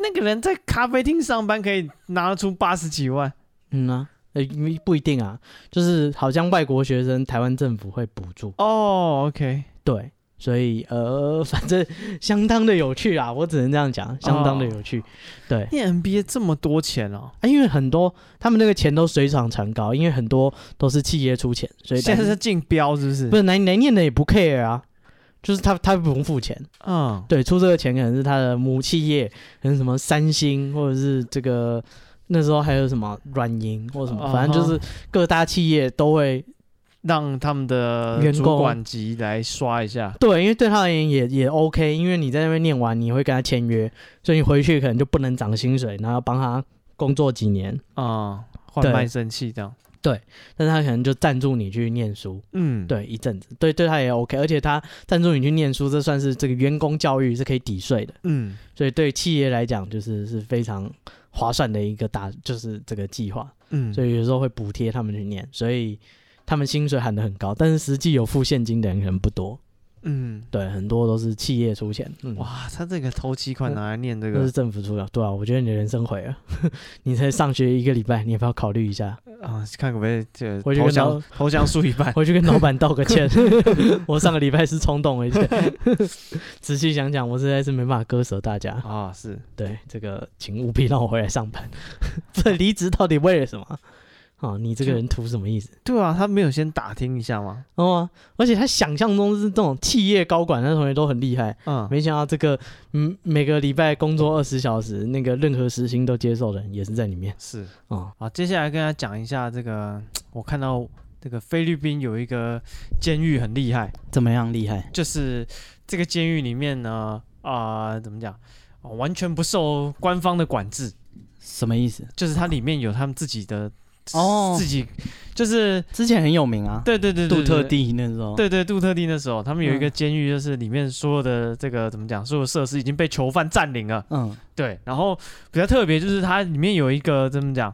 Speaker 1: 那个人在咖啡厅上班可以拿得出八十几万
Speaker 2: 嗯啊，呃，不一定啊，就是好像外国学生，台湾政府会补助。
Speaker 1: 哦，OK，
Speaker 2: 对，所以呃，反正相当的有趣啊，我只能这样讲，相当的有趣。对
Speaker 1: 念 MBA 这么多钱哦，
Speaker 2: 啊，因为很多他们那个钱都水涨船高，因为很多都是企业出钱，所以
Speaker 1: 现在
Speaker 2: 来
Speaker 1: 是竞标是不是？
Speaker 2: 不是来来念的也不 care 啊。就是他，他不用付钱，
Speaker 1: 嗯，
Speaker 2: 对，出这个钱可能是他的母企业，可能什么三星，或者是这个那时候还有什么软银或者什么，反正就是各大企业都会
Speaker 1: 让他们的
Speaker 2: 员
Speaker 1: 主
Speaker 2: 工
Speaker 1: 管级来刷一下。
Speaker 2: 对，因为对他而言也也 OK，因为你在那边念完，你会跟他签约，所以你回去可能就不能涨薪水，然后要帮他工作几年，
Speaker 1: 啊、换
Speaker 2: 对
Speaker 1: 卖身契这样。
Speaker 2: 但是他可能就赞助你去念书，
Speaker 1: 嗯，，
Speaker 2: 对，一阵子，对，对他也 OK，而且他赞助你去念书，这算是这个员工教育是可以抵税的，
Speaker 1: 嗯，
Speaker 2: 所以对企业来讲就是是非常划算的一个大，就是这个计划，
Speaker 1: 嗯，
Speaker 2: 所以有时候会补贴他们去念，所以他们薪水喊得很高，但是实际有付现金的人可能不多，
Speaker 1: 嗯，
Speaker 2: 对，很多都是企业出钱，嗯、
Speaker 1: 哇，他这个头期款拿来念这
Speaker 2: 那
Speaker 1: 个
Speaker 2: 是政府出的，对啊，我觉得你的人生毁了。 你才上学一个礼拜，你要不要考虑一 下？
Speaker 1: 啊，看可不可以这
Speaker 2: 我觉得
Speaker 1: 投降
Speaker 2: 老。
Speaker 1: 投降输一半
Speaker 2: 回去跟老板道个 歉。我上个礼拜是冲动了一下， 仔细想想，我实在是没办法割舍大家。
Speaker 1: 啊，是，
Speaker 2: 对，这个请务必让我回来上班。 这离职到底为了什么？啊，你这个人图什么意思？
Speaker 1: 对啊，他没有先打听一下吗？
Speaker 2: 哦、而且他想象中是这种企业高管，那同学都很厉害，
Speaker 1: 嗯，
Speaker 2: 没想到这个嗯每个礼拜工作二十小时，那个任何时薪都接受的人也是在里面
Speaker 1: 是。
Speaker 2: 啊、
Speaker 1: 哦好，接下来跟他讲一下这个，我看到这个菲律宾有一个监狱很厉害，
Speaker 2: 怎么样厉害？
Speaker 1: 就是这个监狱里面呢，啊、怎么讲、哦完全不受官方的管制，
Speaker 3: 什么意思？
Speaker 1: 就是它里面有他们自己的
Speaker 3: 哦
Speaker 1: 自己就是
Speaker 3: 之前很有名啊，
Speaker 1: 对对对对
Speaker 3: 杜特
Speaker 1: 对
Speaker 3: 地那嗯时候，，
Speaker 1: 对对，杜特地那时候，他们有一个监狱，就是里面所有的这个怎么讲，所有设施已经被囚犯占领了。
Speaker 3: 嗯，
Speaker 1: 对，然后比较特别就是它里面有一个怎么讲，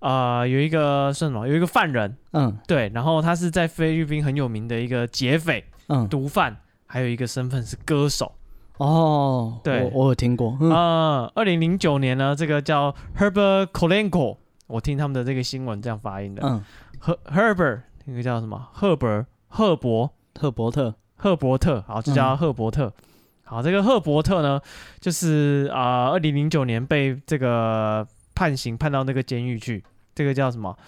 Speaker 1: 呃，有一个算什么，有一个犯人，
Speaker 3: 嗯
Speaker 1: 对，然后他是在菲律宾很有名的一个劫匪、
Speaker 3: 嗯，
Speaker 1: 毒贩，还有一个身份是歌手。
Speaker 3: 哦，
Speaker 1: 对
Speaker 3: 我我有听过，
Speaker 2: 啊
Speaker 3: 嗯
Speaker 1: 呃，二零零九年呢，这个叫 Herbert Kolenko，我听他们的这个新闻这样发音的，
Speaker 3: 嗯，
Speaker 1: 赫 Herbert 那个叫什么赫伯赫伯
Speaker 3: 特伯特，
Speaker 1: 赫伯特，好，就
Speaker 3: 嗯
Speaker 1: 叫他赫伯特。好，这个赫伯特呢，就是啊，二零零九年被这个判刑判到那个监狱去，这个叫什么？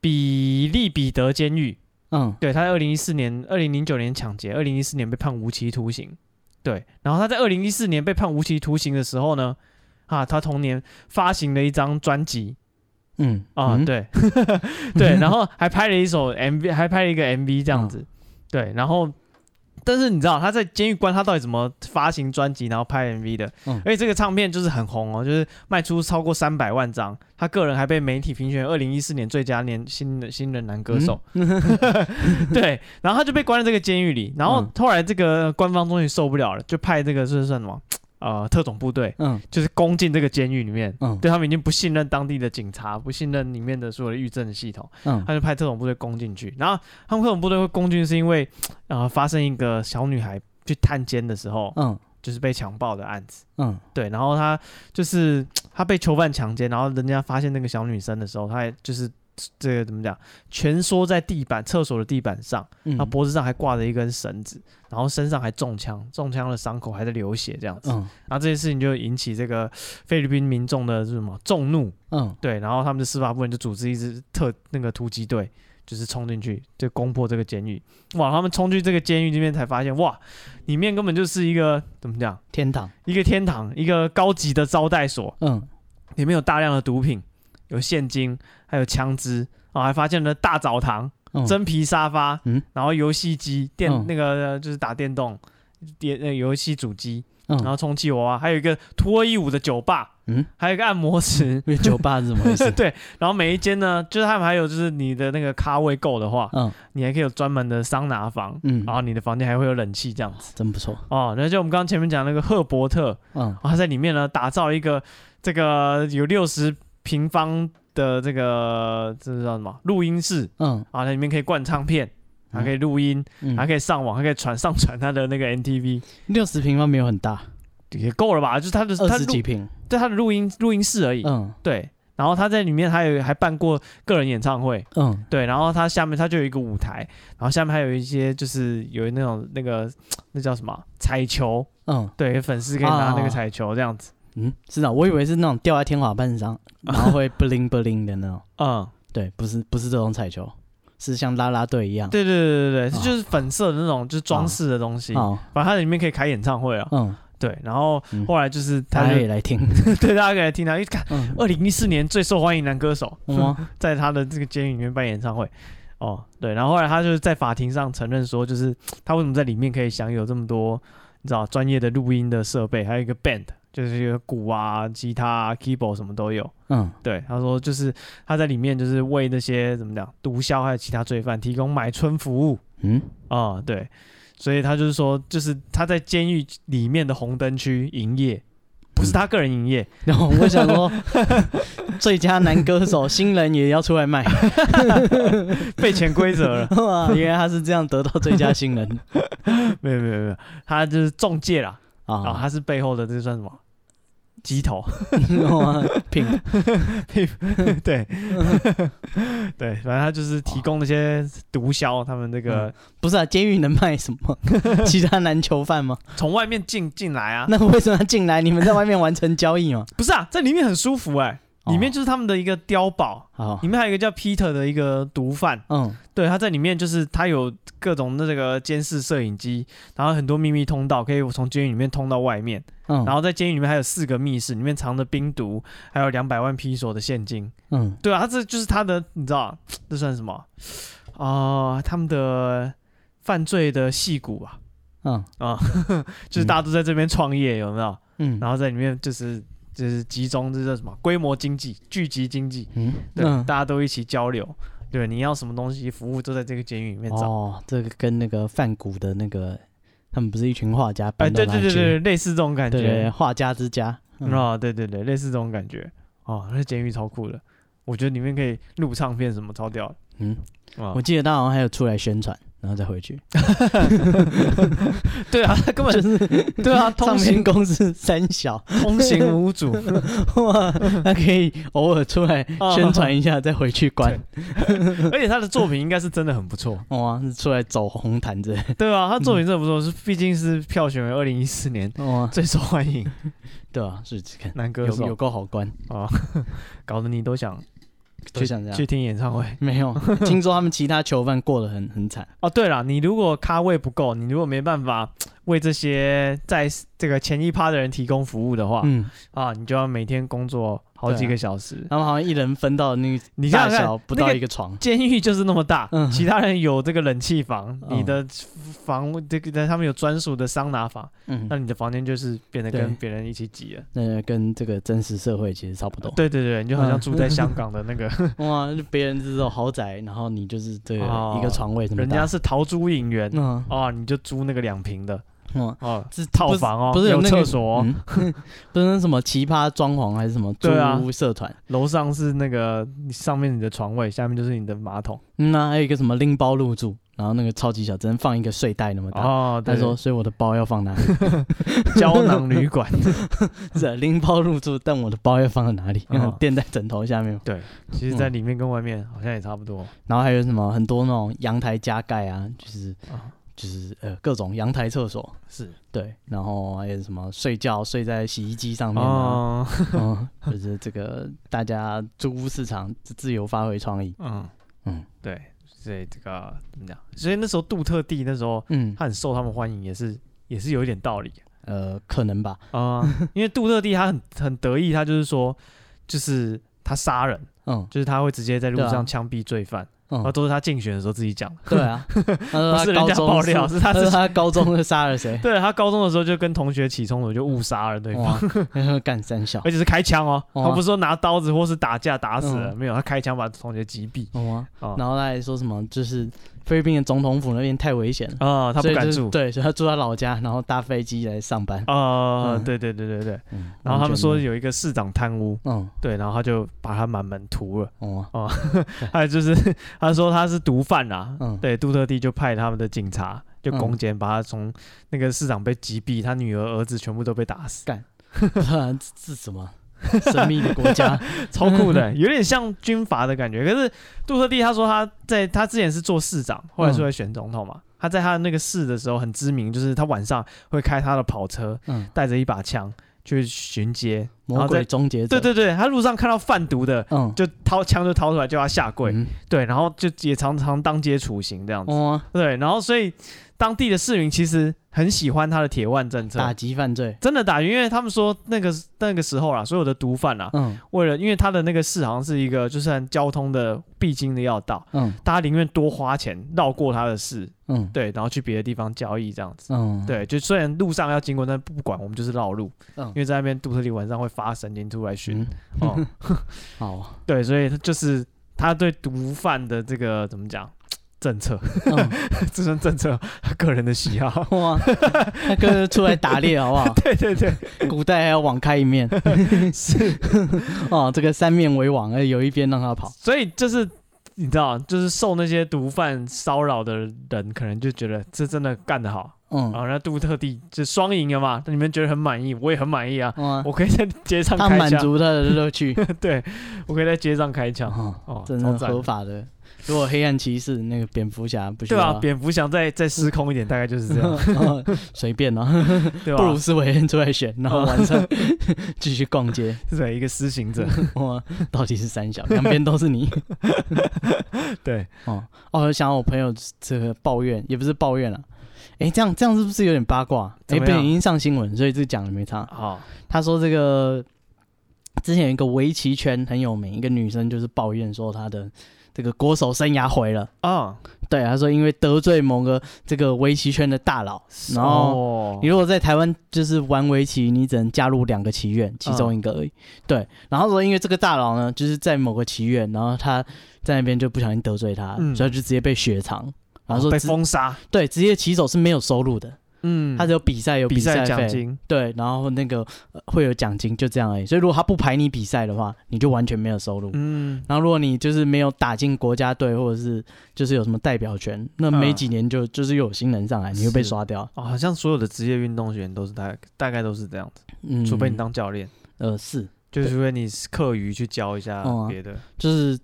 Speaker 1: 比利彼得监狱。
Speaker 3: 嗯
Speaker 1: 对，他在二零一四年、二零零九年抢劫，二零一四年被判无期徒刑。对，然后他在二零一四年被判无期徒刑的时候呢，啊，他同年发行了一张专辑
Speaker 3: 嗯
Speaker 1: 啊，
Speaker 3: 嗯
Speaker 1: 对 对，然后还拍了一首 MV，还拍了一个 MV 这样
Speaker 3: 嗯
Speaker 1: 子。对，然后但是你知道他在监狱关他到底怎么发行专辑，然后拍 MV 的？
Speaker 3: 嗯
Speaker 1: 而且这个唱片就是很红哦，就是卖出超过三百万张，他个人还被媒体评选二零一四年最佳年新人新人男歌手。
Speaker 3: 嗯
Speaker 1: 对，然后他就被关在这个监狱里，然后
Speaker 3: 嗯
Speaker 1: 后来这个官方终于受不了了，就派这个是算什么？呃特种部队，
Speaker 2: 嗯
Speaker 1: 就是攻进这个监狱里面，
Speaker 2: 嗯
Speaker 1: 对他们已经不信任当地的警察，不信任里面的所有的狱政系统，
Speaker 2: 嗯，
Speaker 1: 他就派特种部队攻进去。然后他们特种部队会攻进，是因为呃发生一个小女孩去探监的时候，
Speaker 2: 嗯
Speaker 1: 就是被强暴的案子。
Speaker 2: 嗯
Speaker 1: 对，然后他就是他被囚犯强奸，然后人家发现那个小女生的时候，他也就是这个怎么讲，蜷缩在地板厕所的地板上，
Speaker 2: 嗯，
Speaker 1: 他脖子上还挂着一根绳子，然后身上还中枪，中枪的伤口还在流血这样子。
Speaker 2: 嗯
Speaker 1: 然后这件事情就引起这个菲律宾民众的是什么众怒，
Speaker 2: 嗯
Speaker 1: 对，然后他们的司法部门就组织一支特那个突击队，就是冲进去，就攻破这个监狱。哇，他们冲去这个监狱这边才发现，哇，里面根本就是一个怎么讲，
Speaker 2: 天堂，
Speaker 1: 一个天堂，一个高级的招待所，
Speaker 2: 嗯
Speaker 1: 里面有大量的毒品，有现金，还有枪支啊，还发现了大澡堂、
Speaker 2: 嗯
Speaker 1: 真皮沙发，
Speaker 2: 嗯
Speaker 1: 然后游戏机、电、
Speaker 2: 嗯
Speaker 1: 那个就是打电动。电那个游戏主机，然
Speaker 2: 嗯
Speaker 1: 后充气娃娃，还有一个脱衣舞的酒吧，
Speaker 2: 嗯，
Speaker 1: 还有一个按摩池，
Speaker 3: 嗯
Speaker 2: 因为酒吧是 怎么回事？
Speaker 1: 对，然后每一间呢，就是他们还有就是你的那个咖位够的话，
Speaker 2: 嗯
Speaker 1: 你还可以有专门的桑拿房，
Speaker 2: 嗯
Speaker 1: 然，后你的房间还会有冷气这样子。
Speaker 2: 真不错，
Speaker 1: 哦，那就我们刚刚前面讲那个赫伯特，哦
Speaker 2: 嗯
Speaker 1: 然后他在里面呢打造一个这个有六十平方的这个这是叫什么录音室
Speaker 2: 嗯
Speaker 1: 啊，那里面可以灌唱片，还可以录音，还
Speaker 2: 嗯，
Speaker 1: 可以上网，还可以传上传他的那个 NTV。
Speaker 2: 六十平方没有很大，
Speaker 1: 也够了吧？就是他的他
Speaker 2: 二
Speaker 1: 录
Speaker 2: 十几平，
Speaker 1: 对他的录音录音室而已，
Speaker 2: 嗯
Speaker 1: 对。然后他在里面还有还办过个人演唱会，
Speaker 2: 嗯
Speaker 1: 对，然后它下面它就有一个舞台，然后下面还有一些就是有那种那个那叫什么啊彩球，
Speaker 2: 嗯
Speaker 1: 对，粉丝可以拿那
Speaker 2: 啊
Speaker 1: 个彩球这样子。
Speaker 2: 嗯，是啊，我以为是那种掉在天花板 上，然后会不灵不灵的那种，
Speaker 1: 嗯，
Speaker 2: 对，不是不是这种彩球，是像啦啦队一样。
Speaker 1: 对对对对对，这
Speaker 2: 啊
Speaker 1: 就是粉色的那种就是装饰的东西，
Speaker 2: 哦，
Speaker 1: 反正它里面可以开演唱会啊。
Speaker 2: 嗯，
Speaker 1: 对，然后
Speaker 2: 嗯
Speaker 1: 后来就是他
Speaker 2: 大家也
Speaker 1: 就
Speaker 2: 来听，
Speaker 1: 对大家可以来听他一看，
Speaker 2: 嗯，哦
Speaker 1: 二零一四年最受欢迎男歌手，
Speaker 2: 哇，
Speaker 1: 在他的这个监狱里面办演唱会。哦，对，然后后来他就是在法庭上承认说，就是他为什么在里面可以享有这么多，你知道专业的录音的设备，还有一个 band，就是一个鼓啊、吉他、啊、keyboard 什么都有。
Speaker 2: 嗯
Speaker 1: 对，他说就是他在里面就是为那些怎么讲毒枭还有其他罪犯提供买春服务
Speaker 2: 嗯
Speaker 1: 啊、对，所以他就是说，就是他在监狱里面的红灯区营业，不是他个人营业，
Speaker 2: 然后我想说，最佳男歌手新人也要出来 卖，
Speaker 1: 被潜规则了。
Speaker 2: 哇，原来他是这样得到最佳新 人
Speaker 1: 没有没有没有，他就是中介啦。啊、
Speaker 2: 啊，
Speaker 1: 他是背后的这算什么？鸡头，
Speaker 2: 哇哦品
Speaker 1: 对，对，反正他就是提供那些毒枭，他们那个
Speaker 2: 不是啊，监狱能卖什么？ 其他男囚犯吗？
Speaker 1: 从外面进进来啊，
Speaker 2: 那为什么要进来？你们在外面完成交易吗？
Speaker 1: 不是啊，在里面很舒服哎、
Speaker 2: 哦
Speaker 1: 里面就是他们的一个碉堡，
Speaker 2: 好，
Speaker 1: 里面还有一个叫 Peter 的一个毒贩，
Speaker 2: 嗯
Speaker 1: 对，他在里面就是他有各种那个监视摄影机，然后很多秘密通道可以从监狱里面通到外面，
Speaker 2: 嗯，
Speaker 1: 然后在监狱里面还有四个密室，里面藏着冰毒，还有两百万披索的现金，
Speaker 2: 嗯
Speaker 1: 对啊，他这就是他的，你知道，这算什么？啊、他们的犯罪的戏骨吧，
Speaker 2: 嗯
Speaker 1: 啊、就是大家都在这边创业，有没有？
Speaker 2: 嗯
Speaker 1: 然后在里面就是就是集中，这叫什么？规模经济、聚集经济，
Speaker 2: 嗯，
Speaker 1: 对，
Speaker 2: 嗯
Speaker 1: 大家都一起交流，对，你要什么东西，服务都在这个监狱里面找。
Speaker 2: 哦，这个跟那个范谷的那个，他们不是一群画家
Speaker 1: 哎，
Speaker 2: 搬到
Speaker 1: 对
Speaker 2: 哪
Speaker 1: 对
Speaker 2: 里
Speaker 1: 对
Speaker 2: 去？
Speaker 1: 对，类似这种感
Speaker 2: 对对
Speaker 1: 觉，
Speaker 2: 画家之家。嗯
Speaker 1: 啊，对对对，类似这种感觉，哦，那监狱超酷的，我觉得里面可以录唱片什么，超屌的。
Speaker 2: 嗯，
Speaker 1: 啊
Speaker 2: 我记得他好像还有出来宣传，然后再回去，
Speaker 1: 对啊，他 根本
Speaker 2: 就是
Speaker 1: 对啊，
Speaker 2: 唱
Speaker 1: 通
Speaker 2: 片
Speaker 1: 行
Speaker 2: 公司三小，
Speaker 1: 通行无阻。
Speaker 2: 哇，他可以偶尔出来
Speaker 1: 哦
Speaker 2: 宣传一下，再回去关。
Speaker 1: 而 且他的作品应该是真的很不错，
Speaker 2: 哇，是出来走红毯子。
Speaker 1: 对啊，他作品真的不错，是
Speaker 2: 嗯
Speaker 1: 毕竟是票选为二零一四年
Speaker 2: 哇，
Speaker 1: 最受欢迎
Speaker 2: 对啊，是这个
Speaker 1: 男歌
Speaker 2: 有有
Speaker 1: 手
Speaker 2: 够好关，
Speaker 1: 啊，搞得你都想
Speaker 2: 都想这样
Speaker 1: 去。听演唱会
Speaker 2: 没有，听说他们其他囚犯过得很很惨。
Speaker 1: 哦。对了，你如果咖位不够，你如果没办法为这些在这个前一趴的人提供服务的话，
Speaker 2: 嗯，
Speaker 1: 啊，你就要每天工作好几个小时。
Speaker 2: 他们好像一人分到那个
Speaker 1: 你
Speaker 2: 大
Speaker 1: 想想
Speaker 2: 小
Speaker 1: 看，
Speaker 2: 不
Speaker 1: 那
Speaker 2: 到
Speaker 1: 个
Speaker 2: 一个床。
Speaker 1: 监狱就是那么大，
Speaker 2: 嗯
Speaker 1: 其他人有这个冷气房，
Speaker 2: 嗯
Speaker 1: 你的房这个他们有专属的桑拿房，
Speaker 2: 嗯，
Speaker 1: 那你的房间就是变得
Speaker 2: 对
Speaker 1: 跟别人一起挤了。
Speaker 2: 那跟这个真实社会其实差不多。
Speaker 1: 对对对，你就好像
Speaker 2: 嗯
Speaker 1: 住在香港的那个，
Speaker 2: 哇，就别人这种豪宅，然后你就是这个
Speaker 1: 哦
Speaker 2: 一个床位什么
Speaker 1: 人
Speaker 2: 大
Speaker 1: 家是逃租影员
Speaker 2: 嗯
Speaker 1: 啊，你就租那个两平的，
Speaker 2: 哦，
Speaker 1: 哦，
Speaker 2: 这
Speaker 1: 套房哦，
Speaker 2: 不是
Speaker 1: 有
Speaker 2: 那个
Speaker 1: 厕所哦，
Speaker 2: 嗯 不是那什么奇葩装潢还是什么租
Speaker 1: 对啊
Speaker 2: 屋社团，
Speaker 1: 楼上是那个你上面你的床位，下面就是你的马桶。
Speaker 2: 嗯那、还有一个什么拎包入住，然后那个超级小，只能放一个睡袋那么大。
Speaker 1: 哦，
Speaker 2: 他
Speaker 1: 对，
Speaker 2: 说，所以我的包要放哪里？
Speaker 1: 胶囊旅馆，
Speaker 2: 是啊拎包入住，但我的包要放在哪里
Speaker 1: 哦？
Speaker 2: 垫在枕头下面嘛。
Speaker 1: 对，其实在里面跟外
Speaker 2: 嗯
Speaker 1: 面好像也差不多。
Speaker 2: 然后还有什么很多那种阳台加盖啊，就是
Speaker 1: 啊
Speaker 2: 就是呃各种阳台厕所，
Speaker 1: 是
Speaker 2: 对，然后还有什么睡觉睡在洗衣机上面啊，
Speaker 1: 哦，
Speaker 2: 嗯，就是这个大家租屋市场自由发挥创意，
Speaker 1: 嗯嗯
Speaker 2: 嗯，
Speaker 1: 对，所以这个怎么讲？所以那时候杜特地那时候
Speaker 2: 嗯，
Speaker 1: 他很受他们欢迎，也是也是有一点道理
Speaker 2: 呃，可能吧，
Speaker 1: 啊、 因为杜特地他很很得意，他就是说，就是他杀人，
Speaker 2: 嗯
Speaker 1: 就是他会直接在路
Speaker 2: 对啊
Speaker 1: 上枪毙罪犯，然后
Speaker 2: 嗯，
Speaker 1: 都是他竞选的时候自己讲的，
Speaker 2: 对啊，
Speaker 1: 哦不
Speaker 2: 不
Speaker 1: 是人家爆料，是他
Speaker 2: 他
Speaker 1: 自
Speaker 2: 是
Speaker 1: 己。？
Speaker 2: 他高中是杀了谁
Speaker 1: 对他高中的时候就跟同学起冲突，就误杀了 对方，
Speaker 2: 哇， 干三小
Speaker 1: 而，且是开枪哦，
Speaker 2: 哇
Speaker 1: 他不是说拿刀子或是打架打死了，
Speaker 2: 嗯
Speaker 1: 没有，他开枪把同学击毙
Speaker 2: 哇，
Speaker 1: 啊
Speaker 2: 然后他还说什么，就是菲律宾的总统府那边太危险了。
Speaker 1: 啊，他
Speaker 2: 所
Speaker 1: 不
Speaker 2: 以
Speaker 1: 敢
Speaker 2: 就是
Speaker 1: 住，
Speaker 2: 对，所以他住他老家，然后搭飞机来上班。
Speaker 1: 啊，
Speaker 2: 嗯
Speaker 1: 对对对对对，
Speaker 2: 嗯
Speaker 1: 然后他们说
Speaker 2: 完全
Speaker 1: 有一个市长贪污，
Speaker 2: 没有嗯，
Speaker 1: 对，然后他就把他满门屠了。
Speaker 2: 哦，
Speaker 1: 还有就是 他说他是毒贩啦，
Speaker 2: 嗯
Speaker 1: 对，杜特地就派他们的警察就攻坚，把他从那个市长被击毙，他女儿儿子全部都被打死，
Speaker 2: 这这什么 神秘的国家？
Speaker 1: 超酷的，
Speaker 2: 嗯
Speaker 1: 有点像军阀的感觉。可是杜特地他说他在他之前是做市长，后来
Speaker 2: 嗯
Speaker 1: 是会选总统嘛。他在他的那个市的时候很知名，就是他晚上会开他的跑车，
Speaker 2: 嗯，
Speaker 1: 带着一把枪去巡街，然
Speaker 2: 魔
Speaker 1: 后在
Speaker 2: 鬼终结
Speaker 1: 对，
Speaker 2: 者。
Speaker 1: 对对，他路上看到贩毒的，
Speaker 2: 嗯，
Speaker 1: 就掏枪就掏出来，叫他下跪，
Speaker 2: 嗯，
Speaker 1: 对，然后就也常常当街处刑这样子，
Speaker 2: 哦，
Speaker 1: 对，然后所以当地的市民其实很喜欢他的铁腕政策，
Speaker 2: 打击犯罪。
Speaker 1: 真的打，因为他们说那个那个时候啦，所有的毒贩啊啦，
Speaker 2: 嗯
Speaker 1: 为了因为他的那个市好像是一个就是很交通的必经的要道，
Speaker 2: 嗯
Speaker 1: 大家宁愿多花钱绕过他的市，
Speaker 2: 嗯
Speaker 1: 对，然后去别的地方交易这样子。
Speaker 2: 嗯，，
Speaker 1: 对，就虽然路上要经过，但不管，我们就是绕路，
Speaker 2: 嗯
Speaker 1: 因为在那边杜特地晚上会发神经出来巡。
Speaker 2: 嗯，
Speaker 1: 哦，
Speaker 2: 好，啊
Speaker 1: 对，所以他就是他对毒贩的这个怎么讲政策，
Speaker 2: 嗯，
Speaker 1: 自身政策，他 个人的喜 好。
Speaker 2: 哇，那个出来打 猎好不好？
Speaker 1: 对对对，
Speaker 2: 古代还要网开 一面，是 哦，这个三面为王，哎，有一边让他跑。
Speaker 1: 所以就是你知道，就是受那些毒贩骚扰的人，可能就觉得这真的干得好。
Speaker 2: 嗯
Speaker 1: 然，后啊那杜特地就双赢了嘛，那你们觉得很满意，我也很满意啊。
Speaker 2: 哇，
Speaker 1: 我可以在街上
Speaker 2: 他
Speaker 1: 开
Speaker 2: 满
Speaker 1: 枪，
Speaker 2: 足他的 乐趣。
Speaker 1: 对我可以在街上开枪，
Speaker 2: 哦
Speaker 1: 哦
Speaker 2: 真
Speaker 1: 超
Speaker 2: 的
Speaker 1: 赞
Speaker 2: 合法的。如果黑暗骑士那个蝙蝠侠不需
Speaker 1: 对
Speaker 2: 要
Speaker 1: 吧、
Speaker 2: 啊，
Speaker 1: 蝙蝠侠再再失控一点，大概就是这样，
Speaker 2: 随便啊，
Speaker 1: 对吧、嗯
Speaker 2: 布鲁斯韦恩出来选，然后晚上继续逛街，
Speaker 1: 对一个施行者，
Speaker 2: 哇，到底是三小，两边都 是你。
Speaker 1: 对，
Speaker 2: 哦哦，我想到我朋友这个抱怨，也不是抱怨了、啊。哎，这样这样是不是有点八卦？
Speaker 1: 怎
Speaker 2: 哎，
Speaker 1: 么
Speaker 2: 不
Speaker 1: 样
Speaker 2: 已经上新闻，所以这讲了没差。
Speaker 1: 好、
Speaker 2: 他说这个之前有一个围棋圈很有名，一个女生就是抱怨说她的这个国手生涯毁了。
Speaker 1: 啊，
Speaker 2: 对，她说因为得罪某个这个围棋圈的大佬，然后
Speaker 1: 哦
Speaker 2: 你如果在台湾就是玩围棋，你只能加入两个棋院，其中
Speaker 1: 嗯
Speaker 2: 一个而已。对，然后说因为这个大佬呢，就是在某个棋院，然后他在那边就不小心得罪他，
Speaker 1: 嗯
Speaker 2: 所以他就直接被雪藏。然后
Speaker 1: 哦
Speaker 2: 说
Speaker 1: 被
Speaker 2: 职、
Speaker 1: 封杀，
Speaker 2: 对职业棋手是没有收入的，
Speaker 1: 嗯，
Speaker 2: 他只有比赛有
Speaker 1: 比
Speaker 2: 赛
Speaker 1: 赛奖
Speaker 2: 费，
Speaker 1: 金，
Speaker 2: 对，然后那个、呃会有奖金，就这样而已。所以如果他不排你比赛的话，你就完全没有收入。
Speaker 1: 嗯，
Speaker 2: 然后，如果你就是没有打进国家队，或者是就是有什么代表权，那没几年就、就是又有新人上来，你会
Speaker 1: 嗯
Speaker 2: 被
Speaker 1: 是
Speaker 2: 刷掉。
Speaker 1: 哦，好像所有的职业运动员都是大大概都是这样子，
Speaker 2: 嗯，
Speaker 1: 除非你当教练，
Speaker 2: 呃是，
Speaker 1: 就是除非你是课余去教一下
Speaker 2: 哦啊
Speaker 1: 别的，
Speaker 2: 就是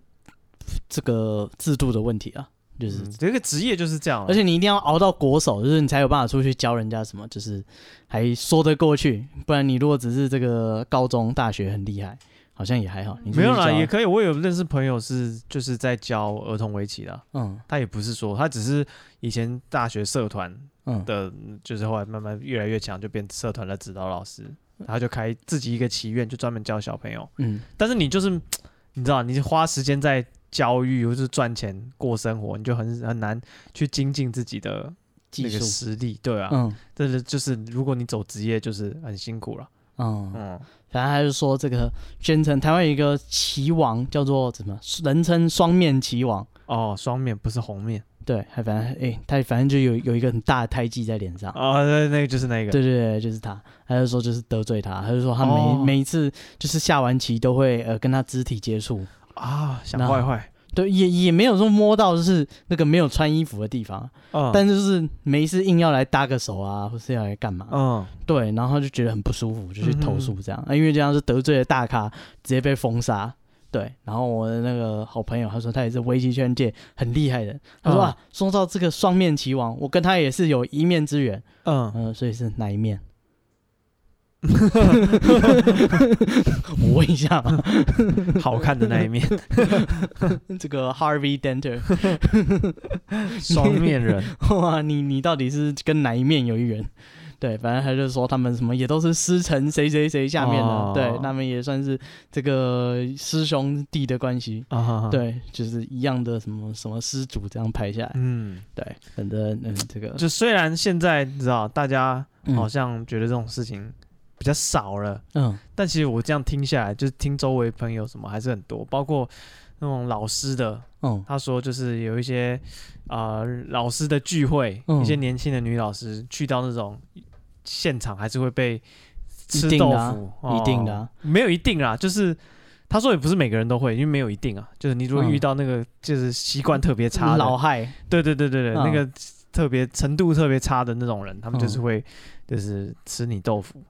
Speaker 2: 这个制度的问题啊，就是，
Speaker 1: 嗯这个职业就是这样啊，
Speaker 2: 而且你一定要熬到国手，就是你才有办法出去教人家什么，就是还说得过去。不然你如果只是这个高中、大学很厉害，好像也还好。你
Speaker 1: 嗯没有
Speaker 2: 出去
Speaker 1: 啦，
Speaker 2: 教
Speaker 1: 也可以。我有认识朋友是就是在教儿童围棋的啊，
Speaker 2: 嗯
Speaker 1: 他也不是说他只是以前大学社团
Speaker 2: 嗯
Speaker 1: 的，就是后来慢慢越来越强，就变社团的指导老师，然后就开自己一个棋院，就专门教小朋友。
Speaker 2: 嗯
Speaker 1: 但是你就是你知道，你花时间在教育或是赚钱过生活，你就很很难去精进自己的
Speaker 2: 技
Speaker 1: 那个
Speaker 2: 术
Speaker 1: 实力，对啊，
Speaker 2: 嗯
Speaker 1: 这是就是如果你走职业就是很辛苦了，
Speaker 2: 嗯，
Speaker 1: 嗯，
Speaker 2: 反正他就说这个宣称台湾有一个棋王叫做什么，人称双面棋王。
Speaker 1: 哦，双面不是红面，
Speaker 2: 对，还反正哎，他反正就有有一个很大的胎记在脸上。
Speaker 1: 哦，对，那个就是那个，
Speaker 2: 对对对，就是他。他就说就是得罪他，他就说他每、
Speaker 1: 哦
Speaker 2: 每一次就是下完棋都会呃跟他肢体接触，
Speaker 1: 啊，想
Speaker 2: 那
Speaker 1: 坏坏，
Speaker 2: 对，也也没有说摸到就是那个没有穿衣服的地方，
Speaker 1: 嗯，
Speaker 2: 但就是每一次硬要来搭个手啊，或是要来干嘛，
Speaker 1: 嗯，
Speaker 2: 对，然后他就觉得很不舒服，就去投
Speaker 1: 嗯
Speaker 2: 诉这样，啊因为这样是得罪了大咖，直接被封杀。对，然后我的那个好朋友他说他也是围棋圈界很厉害的，他说、
Speaker 1: 嗯
Speaker 2: 啊，说到这个双面棋王，我跟他也是有一面之缘，
Speaker 1: 嗯，
Speaker 2: 嗯、所以是哪一 面？我问一下嘛，
Speaker 1: 好看的那一 面，
Speaker 2: 这个 Harvey Denter，
Speaker 1: 双面人，
Speaker 2: 哇，你你到底是跟哪一面有一缘？对，反正他就说他们什么也都是师承谁谁谁下面的，
Speaker 1: 哦
Speaker 2: 对，他们也算是这个师兄弟的关系，
Speaker 1: 啊，，
Speaker 2: 对，就是一样的什么什么师祖这样排下来，
Speaker 1: 嗯，
Speaker 2: 对，反正嗯这个
Speaker 1: 就虽然现在你知道大家
Speaker 2: 嗯
Speaker 1: 好像觉得这种事情比较少了，
Speaker 2: 嗯
Speaker 1: 但其实我这样听下来，就是听周围朋友什么还是很多，包括那种老师的，
Speaker 2: 嗯
Speaker 1: 他说就是有一些啊老师的聚会，
Speaker 2: 嗯
Speaker 1: 一些年轻的女老师去到那种现场，还是会被吃
Speaker 2: 一定
Speaker 1: 豆
Speaker 2: 的啊
Speaker 1: 腐，
Speaker 2: 一定的啊
Speaker 1: 哦没有一定啦，就是。他说也不是每个人都会，因为没有一定啊。就是你如果
Speaker 2: 嗯
Speaker 1: 遇到那个就是习惯特别差的，
Speaker 2: 老害，
Speaker 1: 对对对对对，
Speaker 2: 嗯
Speaker 1: 那个特别程度特别差的那种人，他们就是
Speaker 2: 嗯
Speaker 1: 会就是吃你豆腐。